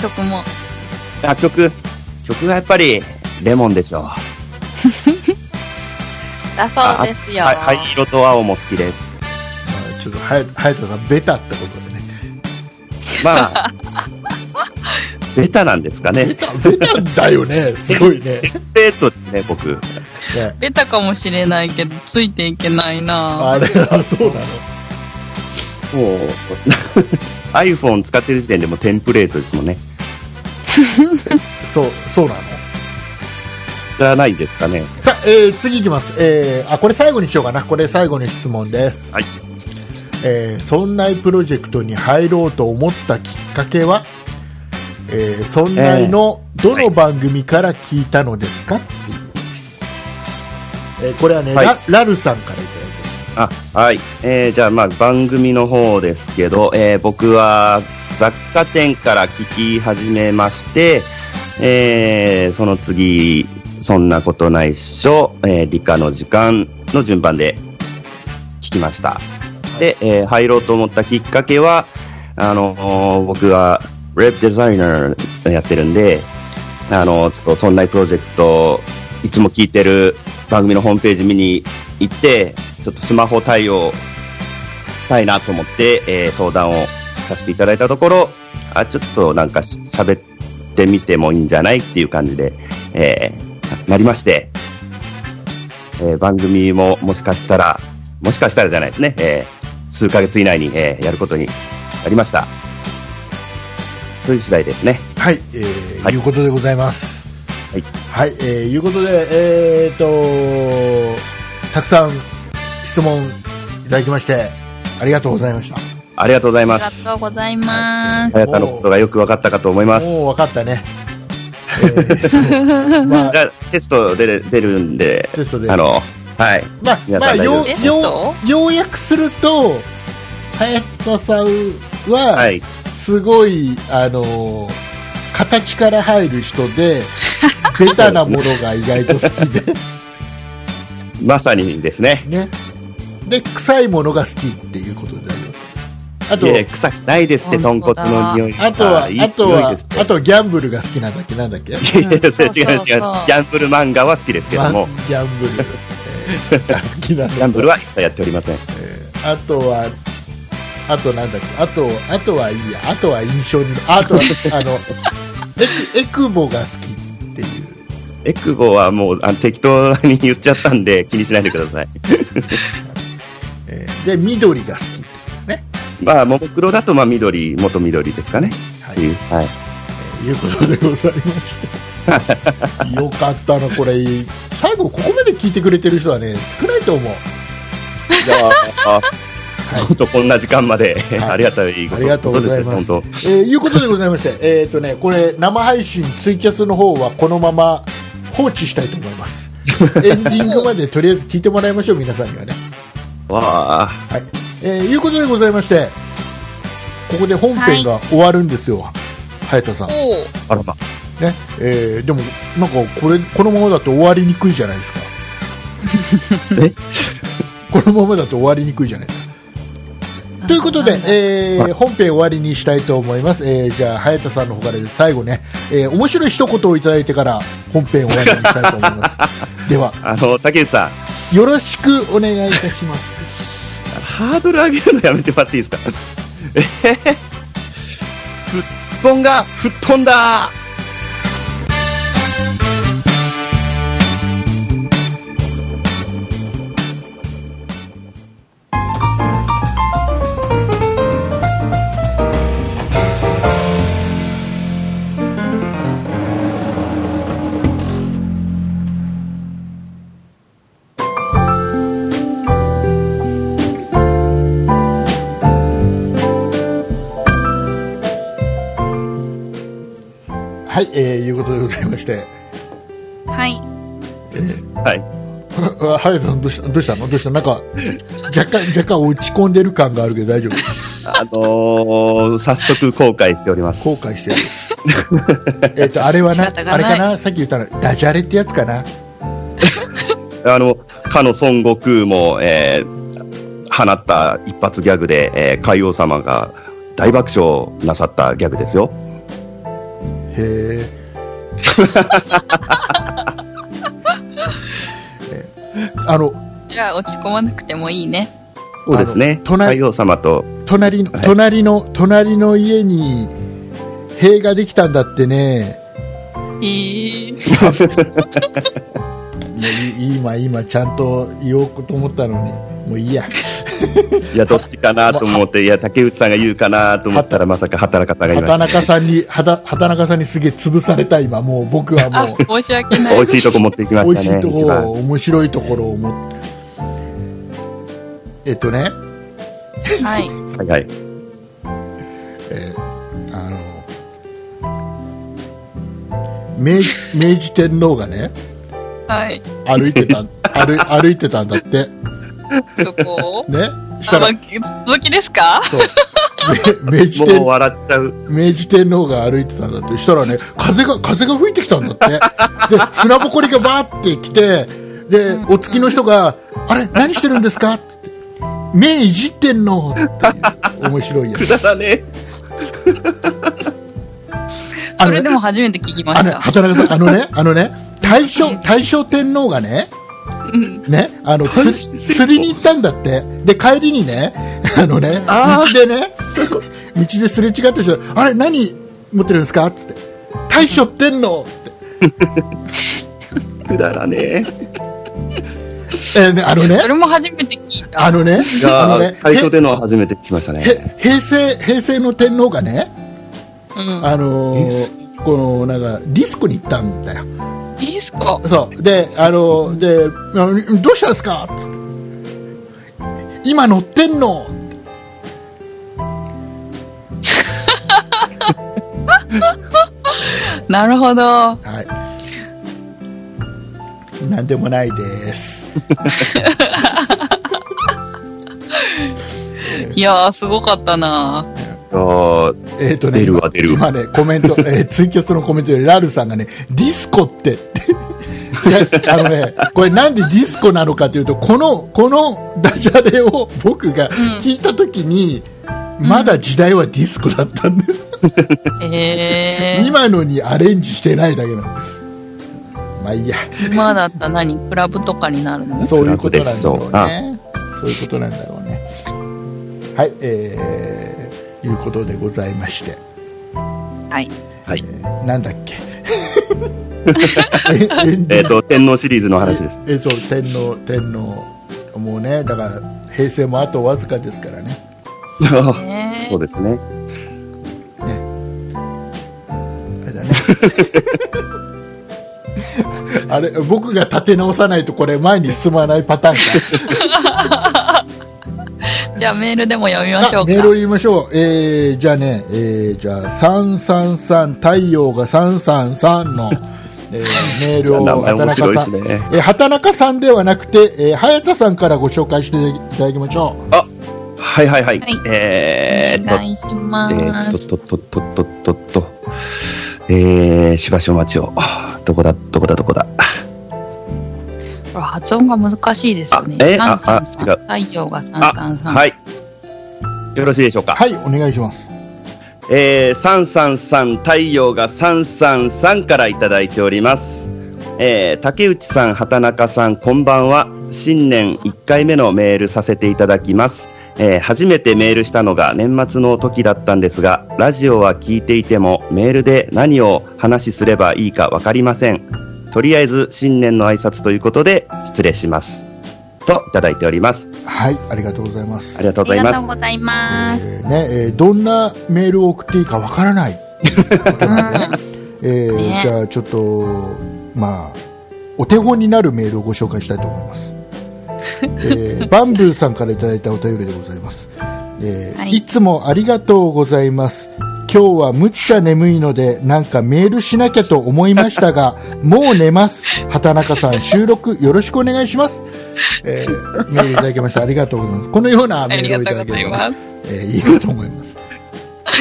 S1: 曲も。
S3: あ、曲、曲はやっぱりレモンでしょう。
S1: だそうですよ。
S3: はい、灰色と青も好きです。
S2: まあ、ちょっと早早田さん、ベタってことでね。
S3: まあ、ベタなんですか
S2: ベ
S3: ね。
S2: タ、ベタだよ ね。すごいね。
S3: ベートですね、僕。
S2: ね
S1: ベタかもしれないけど、ついていけないな
S2: あれはそうなの。
S3: もう、iPhone 使ってる時点でもうテンプレートですもんね。
S2: そう、そうなの。
S3: じゃないですかね。
S2: さあ、えー次いきます。えーあ、これ最後にしようかな。これ最後の質問です。
S3: はい。
S2: えー、そんないプロジェクトに入ろうと思ったきっかけは、えー、そんないのどの番組から聞いたのですか、っていうえーこれはね、
S3: はい
S2: ララルさんからいただいてます
S3: あ、はい。えー、じゃあまあ番組の方ですけど、えー僕は雑貨店から聞き始めまして、えーその次、そんなことないっしょ、えー理科の時間の順番で聞きました。で、えー入ろうと思ったきっかけは、あのー僕はウェブデザイナーやってるんで、あのーちょっとそんなプロジェクト、いつも聞いてる番組のホームページ見に行って、ちょっとスマホ対応したいなと思って、えー相談をさせていただいたところ、あ、ちょっとなんかし喋ってみてもいいんじゃないっていう感じで、えーなりまして、えー番組ももしかしたら、もしかしたらじゃないですね、えー数ヶ月以内に、えーやることになりました。という次第ですね。
S2: はい、えー
S3: はい
S2: いうことでございます。
S3: はい
S2: はい、えー、いうことで、えー、と、たくさん質問いただきまして、ありがとうございました。
S3: ありがとうござい
S1: あ
S3: ま
S1: りが
S3: す。
S1: とうございます。
S3: あやたのことがよく分かったかと思います。
S2: もう分かった ね。えーまあ
S3: じ、ゃあテスト出る出るんで、
S2: テストで。
S3: あの、はい。
S2: まあ、
S3: 皆
S2: ま
S3: さ
S2: あ、
S3: ん大丈
S2: よ
S3: 夫
S1: です
S2: う、
S1: か
S2: よう、ようやくすると、林田さんは、
S3: はい。
S2: すごい、あのー形から入る人 で、ベタなものが意外と好きで、
S3: まさにですね。
S2: ね。で、臭いものが好きっていうことであ
S3: い
S2: と、
S3: やいや臭くないですって、豚
S1: 本当
S3: 骨
S1: だ
S3: の匂い
S2: あとは、
S3: いい
S2: あと
S3: 匂い
S2: は
S3: です、
S2: あとギャンブルが好きなんだっけ、なんだっけ
S3: いやいやそれ
S1: うんそう
S3: 違う違う。ギ
S1: そうそう
S3: ャンブル漫画は好きですけども
S2: ま、あギャンブル、えーが好きなのと
S3: ギャンブルは一切やっておりません。
S2: えーあとは、あとなんだっけ、あと、あとはいいや、あとは印象に、あとは、あ の、エク、エクボが好きっていう。
S3: エクボはもうあの適当に言っちゃったんで気 にしないでください。
S2: えーで、緑が好きっていうね。
S3: まあ、ももクロだと、まあ、緑、元緑ですかね。
S2: は
S3: っ
S2: い
S3: て。いう。はい。
S2: いうことでございまして よかったなこれ最後ここまで聞いてくれてる人はね少ないと思う
S3: じゃあ、 本当こんな時間まで、ありがたいこと
S2: ありがとうございます
S3: 本当
S2: えーいうことでございましてえっ、とねこれ生配信ツイキャスの方はこのまま放置したいと思います エンディングまでとりあえず聞いてもらいましょう皆さんにはね
S3: わあ、
S2: はいえーいうことでございましてここで本編が終わるんですよ、早田さん、ね
S1: おう
S3: あらま。
S2: えーでもなんかこれこのままだと終わりにくいじゃないですか
S3: え
S2: このままだと終わりにくいじゃないですかということで、えー
S3: は
S2: 本編終わりにしたいと思います、えーじゃあ早田さんの方から最後ね、えー面白い一言をいただいてから本編終わりにしたいと思いますでは
S3: あの、竹内さん、
S2: よろしくお願いいたします
S3: ハードル上げるのやめてもらっていいですか えへへふ布団が吹っ飛んだ
S2: はい、えーいうことでございまして
S1: はい。
S3: はい。
S2: あ早田さんどうしたどうしたのどうしたなんか若干若干落ち込んでる感があるけど大丈夫
S3: あのー、早速後悔しております。
S2: 後悔して るえっとあれはな
S1: 仕方
S2: あ
S1: が
S2: れ
S1: ない
S2: かなさっき言ったのダジャレってやつかな
S3: あの、かの孫悟空も、えー放った一発ギャグで、えー海王様が大爆笑なさったギャグですよ。
S2: へー えあの
S1: じゃあ落ち込まなくてもいいね。
S3: そうですね。
S2: あの隣
S3: 海王様と、
S2: 隣の隣の隣の家に塀ができたんだってね
S1: えー、
S2: もうい今今ちゃんと言おうと思ったのにもういいや
S3: いや、どっちかなと思って、いや、竹内さんが言うかなと思ったら、まさか働かさんがいました。
S2: 畑中さんに畑畑中さんにすげえ潰された今もう僕は
S1: あ、
S2: もう
S1: 申し訳ない
S3: 美。味しいとこ持っていきま
S2: 美味
S3: し
S2: したい
S3: ね、
S2: とこ
S3: 一
S2: ろ
S3: 番。
S2: 面白いところを思ってえっとね、
S1: はい。
S3: はいはい。
S2: えーあの明治明治天皇がね
S1: はい。
S2: 歩いてた歩い歩いてたんだって
S1: どこ
S2: ねした
S1: あ
S2: ら
S1: ま続きですか
S2: そうめ明治
S3: もう
S2: 天
S3: 笑っちゃう。
S2: 明治天皇が歩いてたんだってしたらね風が風が吹いてきたんだってで砂ぼこりがバーって来てでお付きの人が「あれ何してるんですか?」って言って「明治天皇」っていう面白いや
S3: く
S2: つ
S3: だらね
S2: あ
S1: そ
S2: の
S1: れで
S2: ね
S1: も初めて聞きま
S2: あ
S1: し
S2: の
S1: た。
S2: 畑中さんあのねあのね大正大正天皇がね
S1: うん。
S2: ね、あの釣
S3: 大正天皇
S2: 釣りに行ったんだってで帰りにねあのね
S3: あー
S2: 道でね道ですれ違った人があれ何持ってるんですかっつって大将ってんのって、
S3: くだらね
S2: えーね、あのね
S1: それも初めて聞いた。
S2: あのね
S3: い
S2: あ
S3: や
S2: のね
S3: ー、最初でのは初めて聞きました
S2: へへ
S3: ね。
S2: 平成平成の天皇がね
S1: うん。
S2: あのーこのなんかディスコに行ったんだよ
S1: ディスコ
S2: そうであのであのどうしたんですかつって今乗ってんの
S1: なるほど
S2: はいなんでもないです
S1: いやーすごかったな
S3: あ
S2: えーとね、
S3: 出るわ出るわ
S2: 今ね、コメント、 えー、ツイキャスのコメントでラルさんがね、ディスコって って。いや、あのね、これなんでディスコなのかというと、この、このダジャレを僕が聞いたときに、まだ時代はディスコだったんで、
S1: えー、
S2: 今のにアレンジしてないだけなの。まあいいや、
S1: 今だったら何クラブとかになるの
S2: そういうことなんだろ
S3: そううあ
S2: ね。そういうことなんだろうね。はい、えー、いうことでございまして。
S1: はい
S3: はい。
S2: なんだっ けえエンデ
S3: え
S2: ィン
S3: っ、
S2: グ
S3: と、天皇シリーズの話です。
S2: えそう天皇天皇もうねだから平成もあとわずかですからね
S1: え
S3: そうですね。
S2: あ れだねあれ僕が立て直さないとこれ前に進まないパターンか
S1: じゃあメールでも読みましょ
S2: あ
S1: う
S2: メールを
S1: か
S2: 言いましょう、えー、じゃあね、えー、じゃあ333太陽が333の、えー メールを
S3: 名前面白いで
S2: さん
S3: すね。
S2: えー畑中さんではなくて、えー、早田さんからご紹介していただきましょう
S3: はいはいはい。
S1: はい
S3: えー
S1: お
S3: っと、
S1: 願いします、
S3: えー、と、と、と、と、と、と、と、えー、しばしお待ちを。どこだ、どこだ、どこだ。
S1: これ発音が難しいですよね。
S3: あえ
S1: 三
S3: あ
S1: 三三
S3: あ違
S1: 太陽が三
S3: あ
S1: 三三。
S3: はい。よろしいでしょうか。
S2: はいお願いします
S3: えー、333太陽が333からいただいております、えー、竹内さん畑中さんこんばんは新年1回目のメールさせていただきます、えー、初めてメールしたのが年末の時だったんですがラジオは聞いていてもメールで何を話しすればいいかわかりませんとりあえず新年の挨拶ということで失礼しますといただいております
S2: はいありがとうございます
S3: ありがとうご
S1: あ
S3: ざ
S1: り
S3: いま
S1: が
S3: す
S1: とうございます。
S2: えーねえーどんなメールを送っていいかわからないことなんでねえー
S1: ね
S2: じゃあちょっとまあお手本になるメールをご紹介したいと思 います、えーバンブーさんからいただいたお便りでございます、えー
S1: はい
S2: い、つもありがとうございます今日はむっちゃ眠いのでなんかメールしなきゃと思いまし たがもう寝ます畑中さん収録よろしくお願いします、えーメールいただきましたありがとうございますこのような
S1: あ
S2: メー
S1: り
S2: ルを
S1: がと
S2: いた
S1: う
S2: だ
S1: ご
S2: け
S1: ざ
S2: れ
S1: い
S2: ばね
S1: ます。
S2: えーいいかと思います。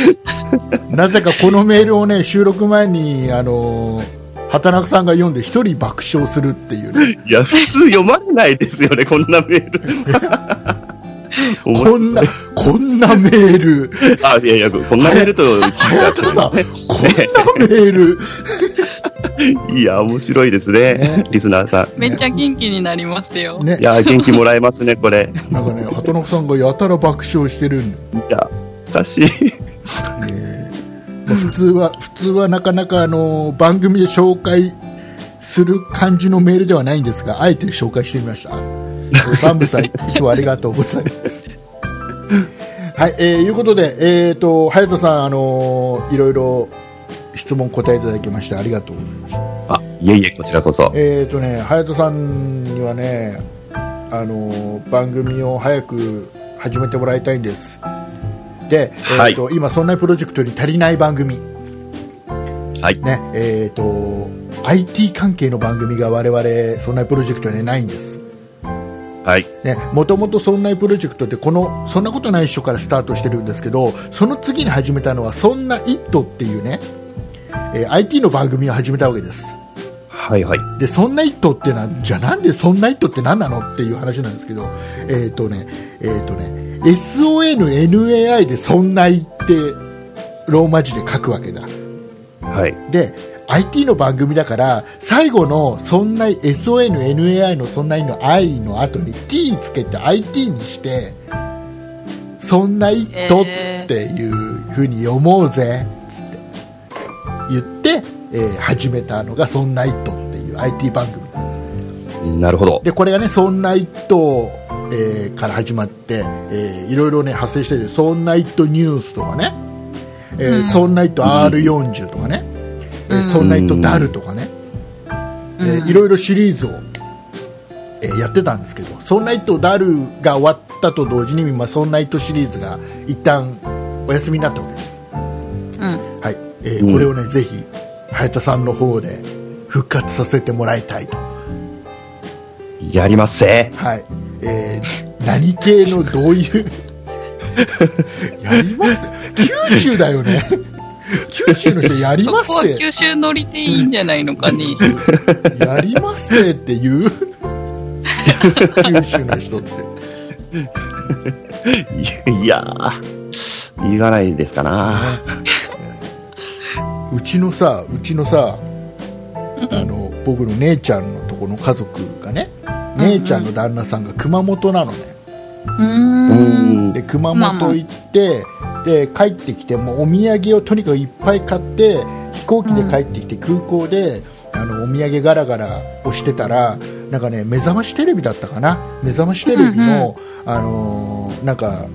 S2: なぜかこのメールをね収録前にあのー畑中さんが読んで一人爆笑するっていうね、
S3: いや、普通読まれないですよね、こんなメール。
S2: こんなこんなメール
S3: あ、いやいや、こんなメールと、
S2: 早田さんこんなメール
S3: いや、面白いですね、
S2: ね
S3: リスナーさん。
S1: めっちゃ元気になりますよ。
S2: ね
S3: いや、元気もらえますね、これ。
S2: なんかね畑中さんがやたら爆笑してるんで、
S3: いや、おかしい。
S2: えーまあ普通は普通はなかなかあのー番組で紹介する感じのメールではないんですがあえて紹介してみました。バンブさん、いつもありがとうございます。はい、えー、いうことで、えー、と、隼人さん、あのーいろいろ質問答えいただきまして、ありがとうございました。
S3: あ、いえいえ、こちらこそ。
S2: えー、とね、隼人さんにはね、あのー番組を早く始めてもらいたいんです。で、えーと今、そんなプロジェクトに足りない番組、
S3: はい。
S2: ね、えー、と、IT 関係の番組が我々、そんなプロジェクトにはないんです。
S3: はい。
S2: ね、もともと「そんなプロジェクト」ってこの「そんなことないっしょ」からスタートしてるんですけどその次に始めたのは「そんなイット!」っていうね、えー IT の番組を始めたわけです
S3: はいはい。
S2: で「そんなイット!」ってなんじゃあなんで「そんなイット!」って何なのっていう話なんですけどえっ、とねえっ、とね SONNAI で「そんない」ってローマ字で書くわけだ
S3: はい。
S2: で IT の番組だから最後の「そんな SONNAI」の「そんなに」の「I」の後に「T」つけて IT にして「そんな IT」っていうふうに読もうぜつって言って、えー始めたのが「そんな IT」っていう IT 番組なんです
S3: なるほど。
S2: でこれがね「そんな IT」えーから始まって、えーいろいろね発生してて「そんな IT ニュース」とかね「えー
S1: うん
S2: そんな IT R40」とかね、えー
S1: うん
S2: そんな人ダルとかね、えー
S1: うん
S2: いろいろシリーズを、えーやってたんですけど、そんな人ダルが終わったと同時に、今、そんな人シリーズが一旦お休みになったわけです。
S1: うん。
S2: はいえー
S3: うん
S2: これをね、ぜひ、早田さんの方で復活させてもらいたいと。
S3: やりますぜ。
S2: はい。えー何系のどういうやります九州だよね。九州の人やり
S1: そ
S2: ます
S1: こは
S2: ぜ
S1: 九州乗りでいいんじゃないのかね。
S2: やりますぜって言う九州の人って。
S3: いやー、言わないですかな。
S2: うちのさ、うちのさ、あの僕の姉ちゃんのとこの家族がね、
S1: うんうん
S2: 姉ちゃんの旦那さんが熊本なのね。
S1: う
S3: う
S1: ーん。
S3: ん。
S2: で熊本行って、で帰ってきてもうお土産をとにかくいっぱい買って飛行機で帰ってきて空港で、あのお土産ガラガラをしてたらなんかね目覚ましテレビだったかな目覚ましテレビの、あのーなんか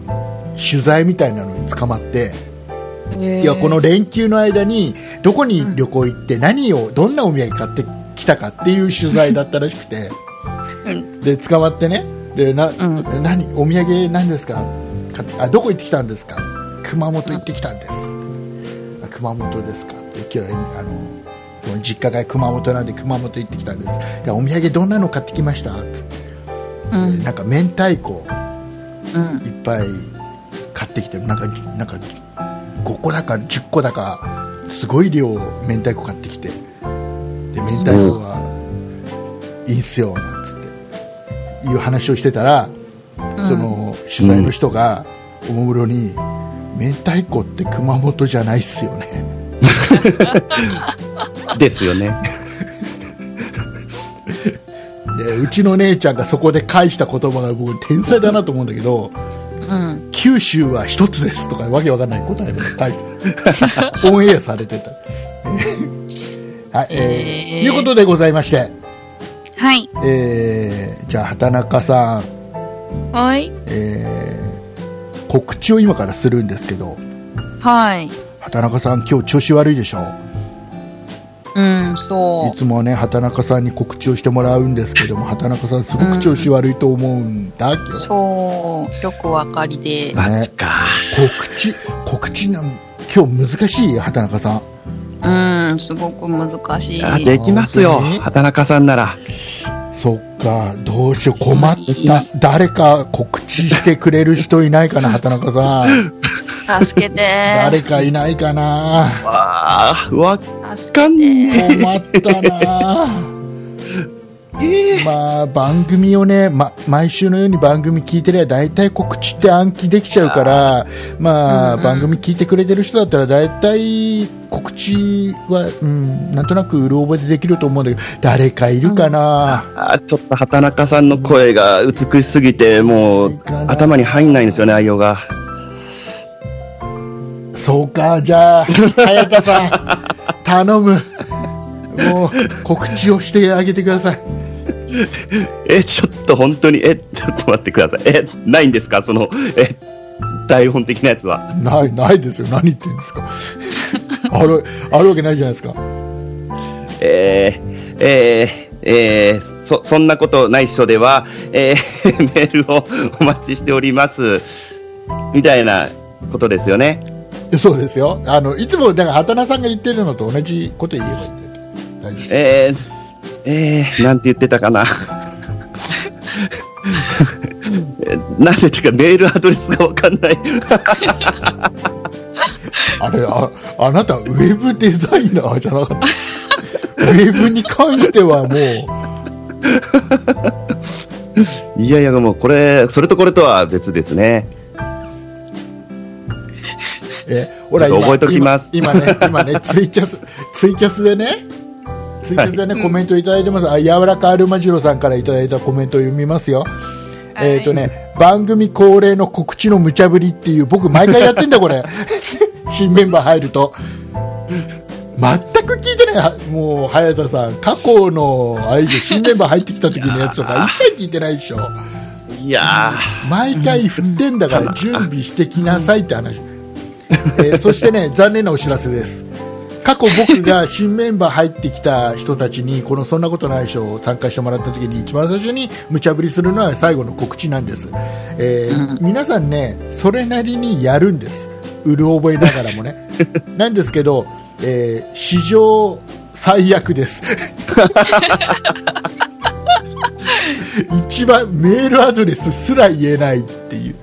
S2: 取材みたいなのに捕まって、
S1: えー
S2: いやこの連休の間にどこに旅行行って何をどんなお土産買ってきたかっていう取材だったらしくて。
S1: うん
S2: で捕まってねでな、
S1: ん
S2: 何お土産何ですかかあどこ行ってきたんですか熊本行ってきたんです、あ熊本ですかって今日あのその実家が熊本なんで熊本行ってきたんですでお土産どんなの買ってきましたつって、
S1: うん
S2: なんか明太子
S1: うん
S2: いっぱい買ってきてなんかなんか5個だか10個だかすごい量明太子買ってきてで明太子はいいんすよなんつっていう話をしてたら、
S1: うん
S2: その取材の人がおもむろに、明太子って熊本じゃないっすよ ね
S3: ですよね。
S2: でうちの姉ちゃんがそこで返した言葉が僕天才だなと思うんだけど
S1: うん
S2: 九州は一つですとかわけわかんない答えも返し てオンエアされてた。はい、え
S1: え
S2: ー
S1: ー
S2: ということでございまして、
S1: はい。
S2: えーじゃあ畑中さん、
S1: はい。
S2: えー告知を今からするんですけど
S1: はい。
S2: 畑中さん今日調子悪いでしょ
S1: うん、
S2: い
S1: そ
S2: つもはね畑中さんに告知をしてもらうんですけども畑中さんすごく調子悪いと思うんだ、今
S1: う。
S2: 日
S1: そう。よくわかりで。
S3: マジか。
S2: 告知告知なん今日難しい畑中さん
S1: うん、すごく難しい。
S3: あできますよ
S2: 本当に。
S3: 畑中さんなら。
S2: そっか、どうしよう、困った、誰か告知してくれる人いないかな、畑中さん。
S1: 助けて。
S2: 誰かいないかな、
S3: わあ、わっ
S1: 助
S3: かん
S1: けて。
S3: ね
S2: 困ったな。
S3: え。
S2: まあ、番組をね、ま、毎週のように番組聞いてりゃ、大体告知って暗記できちゃうから、まあ、
S1: うんうん
S2: 番組聞いてくれてる人だったら、大体告知は、うん、なんとなくうる覚えでできると思うんだけど、誰かいるかな、
S3: あちょっと畑中さんの声が美しすぎて、も
S2: いうかな
S3: 頭に入んないんですよね、愛用が。
S2: そうか、じゃあ、早 田さん、頼む。もう、告知をしてあげてください。
S3: え、ちょっと本当に、え、ちょっと待ってください。え、ないんですかその、え、台本的なやつは。
S2: ない、ないですよ。何言ってんですか。ある、あるわけないじゃないですか。
S3: えー、えー、えー、そ、そんなことないっしょでは、えー メールをお待ちしております。みたいなことですよね。
S2: そうですよ。あの、いつも、だから、畑中さんが言ってるのと同じこと言えばいいんだよ。大丈
S3: えー、えー、なんて言ってたかな。 えなんて言ってたか、メールアドレスがわかんない。
S2: 夫。あれ、あ、あなた、ウェブデザイナーじゃなかった。ウェブに関してはもう、
S3: いやいや、もうこれ、それとこれとは別ですね。
S2: え、ほら、
S3: ちょっ
S2: 今、
S3: と覚えときます
S2: 今今ね、今ね、ツイキャス、ツイキャスでね、ツイキャスでね、コメントいただいてます。あ、柔らかアルマジロさんからいただいたコメントを読みますよ。えっ、とね、番組恒例の告知の無茶ぶりっていう、僕毎回やってんだ、これ。 新メンバー入ると。全く聞いてないは、もう、早田さん、過去の、あれでしょ新メンバー入ってきた時のやつとか、一切聞いてないでしょ。
S3: いや
S2: 毎回振ってんだから、準備してきなさいって話。えーそしてね、残念なお知らせです。過去僕が新メンバー入ってきた人たちにこの「そんなことないでしょ」参加してもらった時に一番最初に無茶ぶりするのは最後の告知なんです、えー皆さんねそれなりにやるんですうる覚えながらもねなんですけど、えー史上最悪です一番メールアドレスすら言えないっていう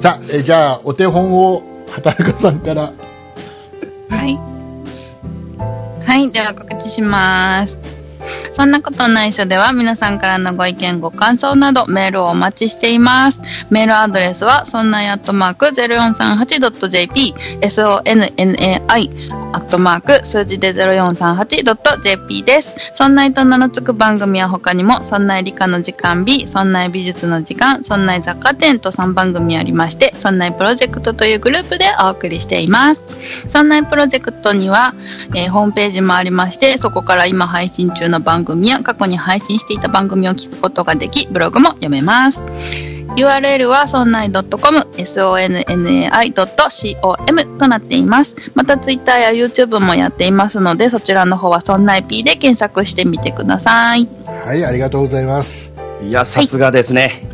S2: さあえーじゃあお手本を畑中さんから
S1: はい。はい、では告知します。そんなことないしょでは皆さんからのご意見、ご感想などメールをお待ちしています。メールアドレスは、そんないアットマーク 0438.jp、sonnai アットマーク数字で 0438.jp です。そんないと名の付く番組は他にも、そんない理科の時間 B、そんない美術の時間、そんない雑貨店と3番組ありまして、そんないプロジェクトというグループでお送りしています。そんないプロジェクトには、えーホームページもありまして、そこから今配信中の番組や過去に配信していた番組を聞くことができ、ブログも読めます。URL は sonnai.com、sonnai.com となっています。また Twitter や YouTube もやっていますので、そちらの方は sonnaip で検索してみてください。
S2: はい、ありがとうございます。
S3: いや、さすがですね。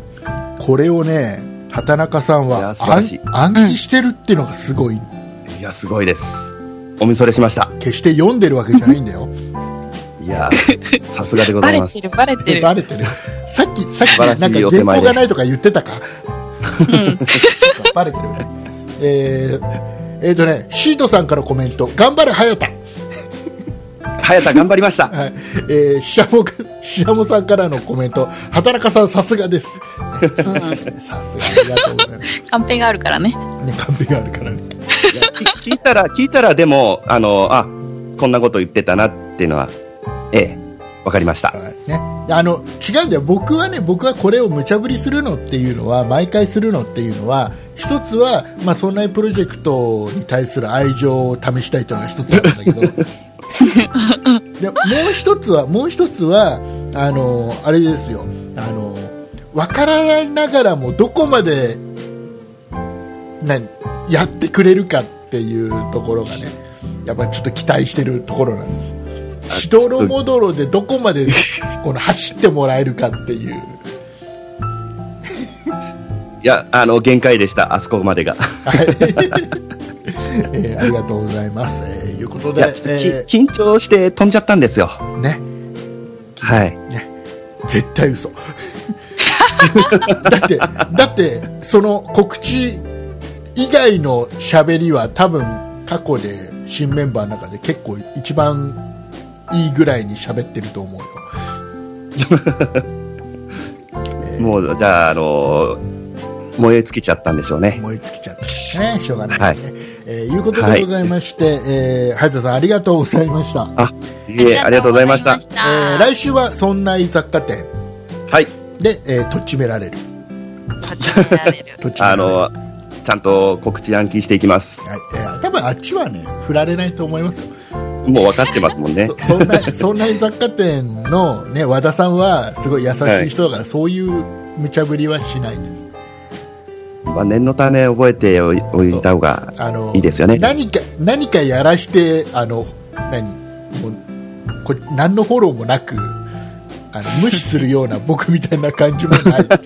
S2: これをね、畑中さん
S3: いや
S2: は
S3: 素晴ら
S2: 暗
S3: しい
S2: 暗記してるっていうのがすごい。
S3: いや、すごいです。お見それしました。
S2: 決して読んでるわけじゃないんだ よ。
S3: いや、さすがでございます。
S1: バレて
S2: バレてる。さっき、さっき、
S3: 素晴
S2: なん
S3: らしい
S2: か原
S3: お
S2: 稿
S3: 手前で
S2: がないとか言ってた か。
S1: うん
S2: バレてる。えー、えーとね、シートさんからコメント。頑張れ、早田。
S3: 早田頑張りました。
S2: はい。えー、シャモ、シャモさんからのコメント。畑中さん、さすがです。
S1: うん
S2: さすが、ありがとうございます。
S1: カンペがあるからね。
S2: ね、完璧があるからね。
S3: いやき聞いたら、聞いたら、でも、あの、あ、こんなこと言ってたなっていうのは、ええ、わかりました。
S2: はいね、あの違うんだよ、僕はね僕はこれを無茶ぶりするのっていうのは毎回するのっていうのは一つは、まあ、そんなプロジェクトに対する愛情を試したいというのが一つなんだけどでもう一つはもう一つはあのあれですよあの分からながらもどこまで何やってくれるかっていうところがねやっぱちょっと期待してるところなんです。しどろもどろでどこまでこの走ってもらえるかっていう
S3: いや、あの、限界でした。あそこまでが。
S2: はい、 えーありがとうございます。えー、いうこと
S3: い
S2: で、
S3: や、ちょっと
S2: え
S3: き緊張して飛んじゃったんですよ。
S2: ーね、
S3: はい。
S2: 絶対嘘。 だって、だって、その告知以外の喋りは多分過去で新メンバーの中で結構一番いいぐらいに喋ってると思うよ。
S3: もう、じゃあ、あの燃え尽きちゃったんでしょうね。
S2: 燃え尽きちゃったね。しょうがないですね。えーいうことでございまして、えー、早田さんありがとうございました。
S3: いえ、ありがとうございました。
S2: えー来週はそんな雑貨店
S3: はい。
S2: で、えー、とっちめられる。
S1: 立ち上げられる
S2: とっちめら
S3: あ
S2: れる
S3: のちゃんと告知暗記していきます。
S2: はいえー多分あっちはね振られないと思いますよ、
S3: もう分かってますもんね。
S2: そそんな そんな雑貨店の、ね、和田さんはすごい優しい人だから、そういう無茶ぶりはしないです
S3: まあ、念のため覚えておいおいた方が
S2: あの
S3: いいですよね。
S2: 何か何かやらしてあの何もうこ何のフォローもなくあの無視するよう な僕みたいな感じもない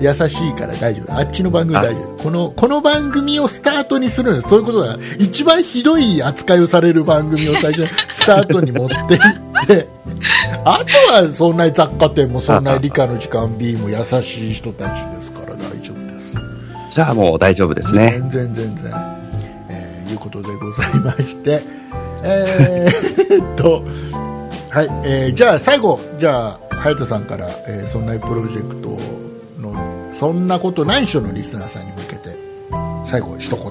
S2: 優しいから大丈夫あっちの番組大丈夫このこの番組をスタートにするのそういうことが一番ひどい扱いをされる番組を最 初にスタートに持っていってあとはそんな雑貨店もそんな理科の時間 B も優しい人たちですから大丈夫です
S3: じゃあもう大丈夫ですね。
S2: 全然全然、えーいうことでございましてえーえっとはい、えーじゃあ最後じゃあ隼人さんから、えーそんなプロジェクトのそんなことないっしょのリスナーさんに向けて最後一言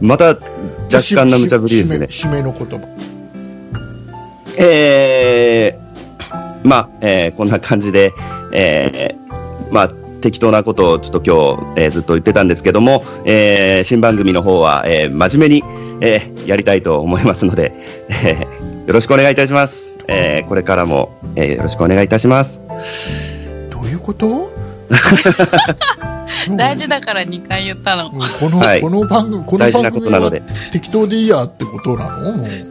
S3: また若干の無茶ぶりですね。
S2: し締め締めの言葉
S3: えー、まあ、えーこんな感じで、えーまあ、適当なことをちょっと今日、えーずっと言ってたんですけども、えー新番組の方は、えー真面目に、えーやりたいと思いますので、えーよろしくお願いいたします。えーこれからも、 えーよろしくお願いいたします。
S2: どういうこと
S1: 大事だから2回言ったの。
S2: もうこの、
S3: はい
S2: この番組、この
S3: 大事
S2: 番
S3: なこ
S2: 組
S3: となの
S2: は
S3: で。
S2: 適当でいいやってことなのもう、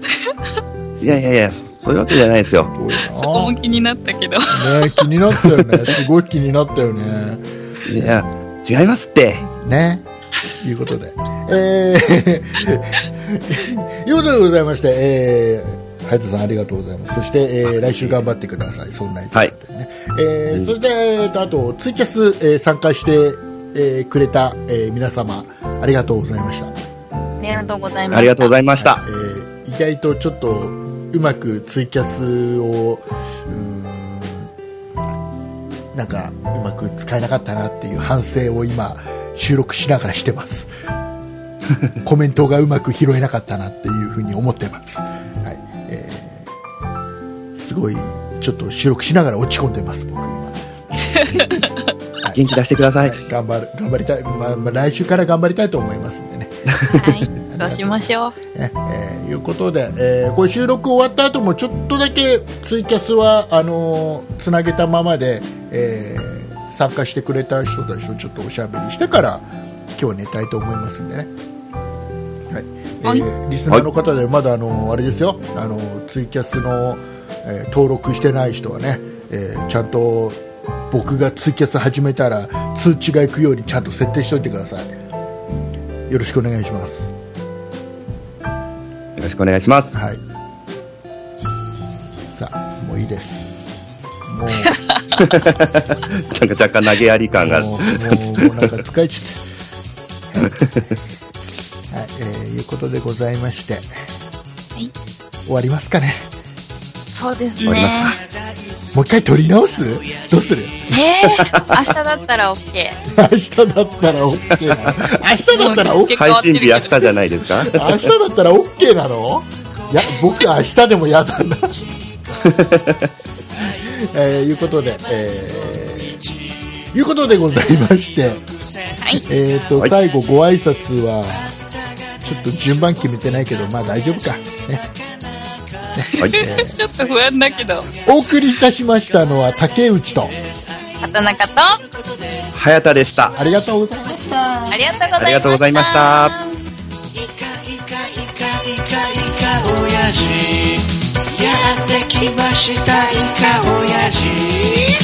S3: いやいやいや、そういうわけじゃないですよ。
S2: どう
S1: そ こ
S2: や
S1: も気になったけど。
S2: な。ね気になったよね。すごい気になったよね。
S3: いや、違いますって。
S2: ね。いうことで。え ー、いうことでございまして、えー、ハヤトさんありがとうございます。そして、えー、来週頑張ってください。そんなに、
S3: はい
S2: ね。え
S3: う
S2: ー、
S3: ん
S2: それで、えーと、あと、ツイキャス、えー参加して、えーくれた、えー皆様、ありがとうございました。
S1: ありがとうございます。
S3: ありがとうございました。
S2: えー意外とちょっとうまくツイキャスをうーんなんかうまく使えなかったなっていう反省を今収録しながらしてますコメントがうまく拾えなかったなっていうふうに思ってます、はいえーすごいちょっと収録しながら落ち込んでます僕今
S3: 元気出してください。
S2: 頑張る頑張りたい、まあまあ、来週から頑張りたいと思いますんでね
S1: はい。そうしましょう。
S2: ねえーいうことで、えーこれ収録終わった後もちょっとだけツイキャスはあのーつなげたままで、えー参加してくれた人たちとちょっとおしゃべりしてから今日は寝たいと思いますんでね、はいえーリスナーの方でまだ、あのーあれですよ、あのーツイキャスの、えー登録してない人はね、えーちゃんと僕がツイキャス始めたら通知が行くようにちゃんと設定しておいてくださいよろしくお願いします
S3: よろしくお願いします。
S2: はい。さあ、もういいです。もう、
S3: なんか若干投げやり感が。
S2: もう、
S3: は
S2: もう、もうなんか使いちゃって。はい、えー、いうことでございまして、
S1: はい。
S2: 終わりますかね。
S1: そうです
S3: 終わり
S1: ね。
S3: ま
S2: もう一回撮り直すどうする
S1: えー、明日だったら OK。
S2: 明日だったら OK なの明日だったら OK?
S1: 結構
S3: 配信日明日じゃないですか
S2: 明日だったら OK なのいや僕は明日でも嫌だな えー、いうことで、えー、いうことでございまして
S1: はい。
S2: えーと
S3: はい
S2: 最後、ご挨拶はちょっと順番決めてないけど、まあ大丈夫か、ね、
S3: はい。
S1: ちょっと不安だけど。
S2: お送りいたしましたのは竹内と
S1: 畑中と、
S3: 早田でした。
S2: ありがとうございました。
S1: ありがとうございました。
S3: ありがとうございました
S4: イカイカイカイカイカ親父やってきましたイカ親父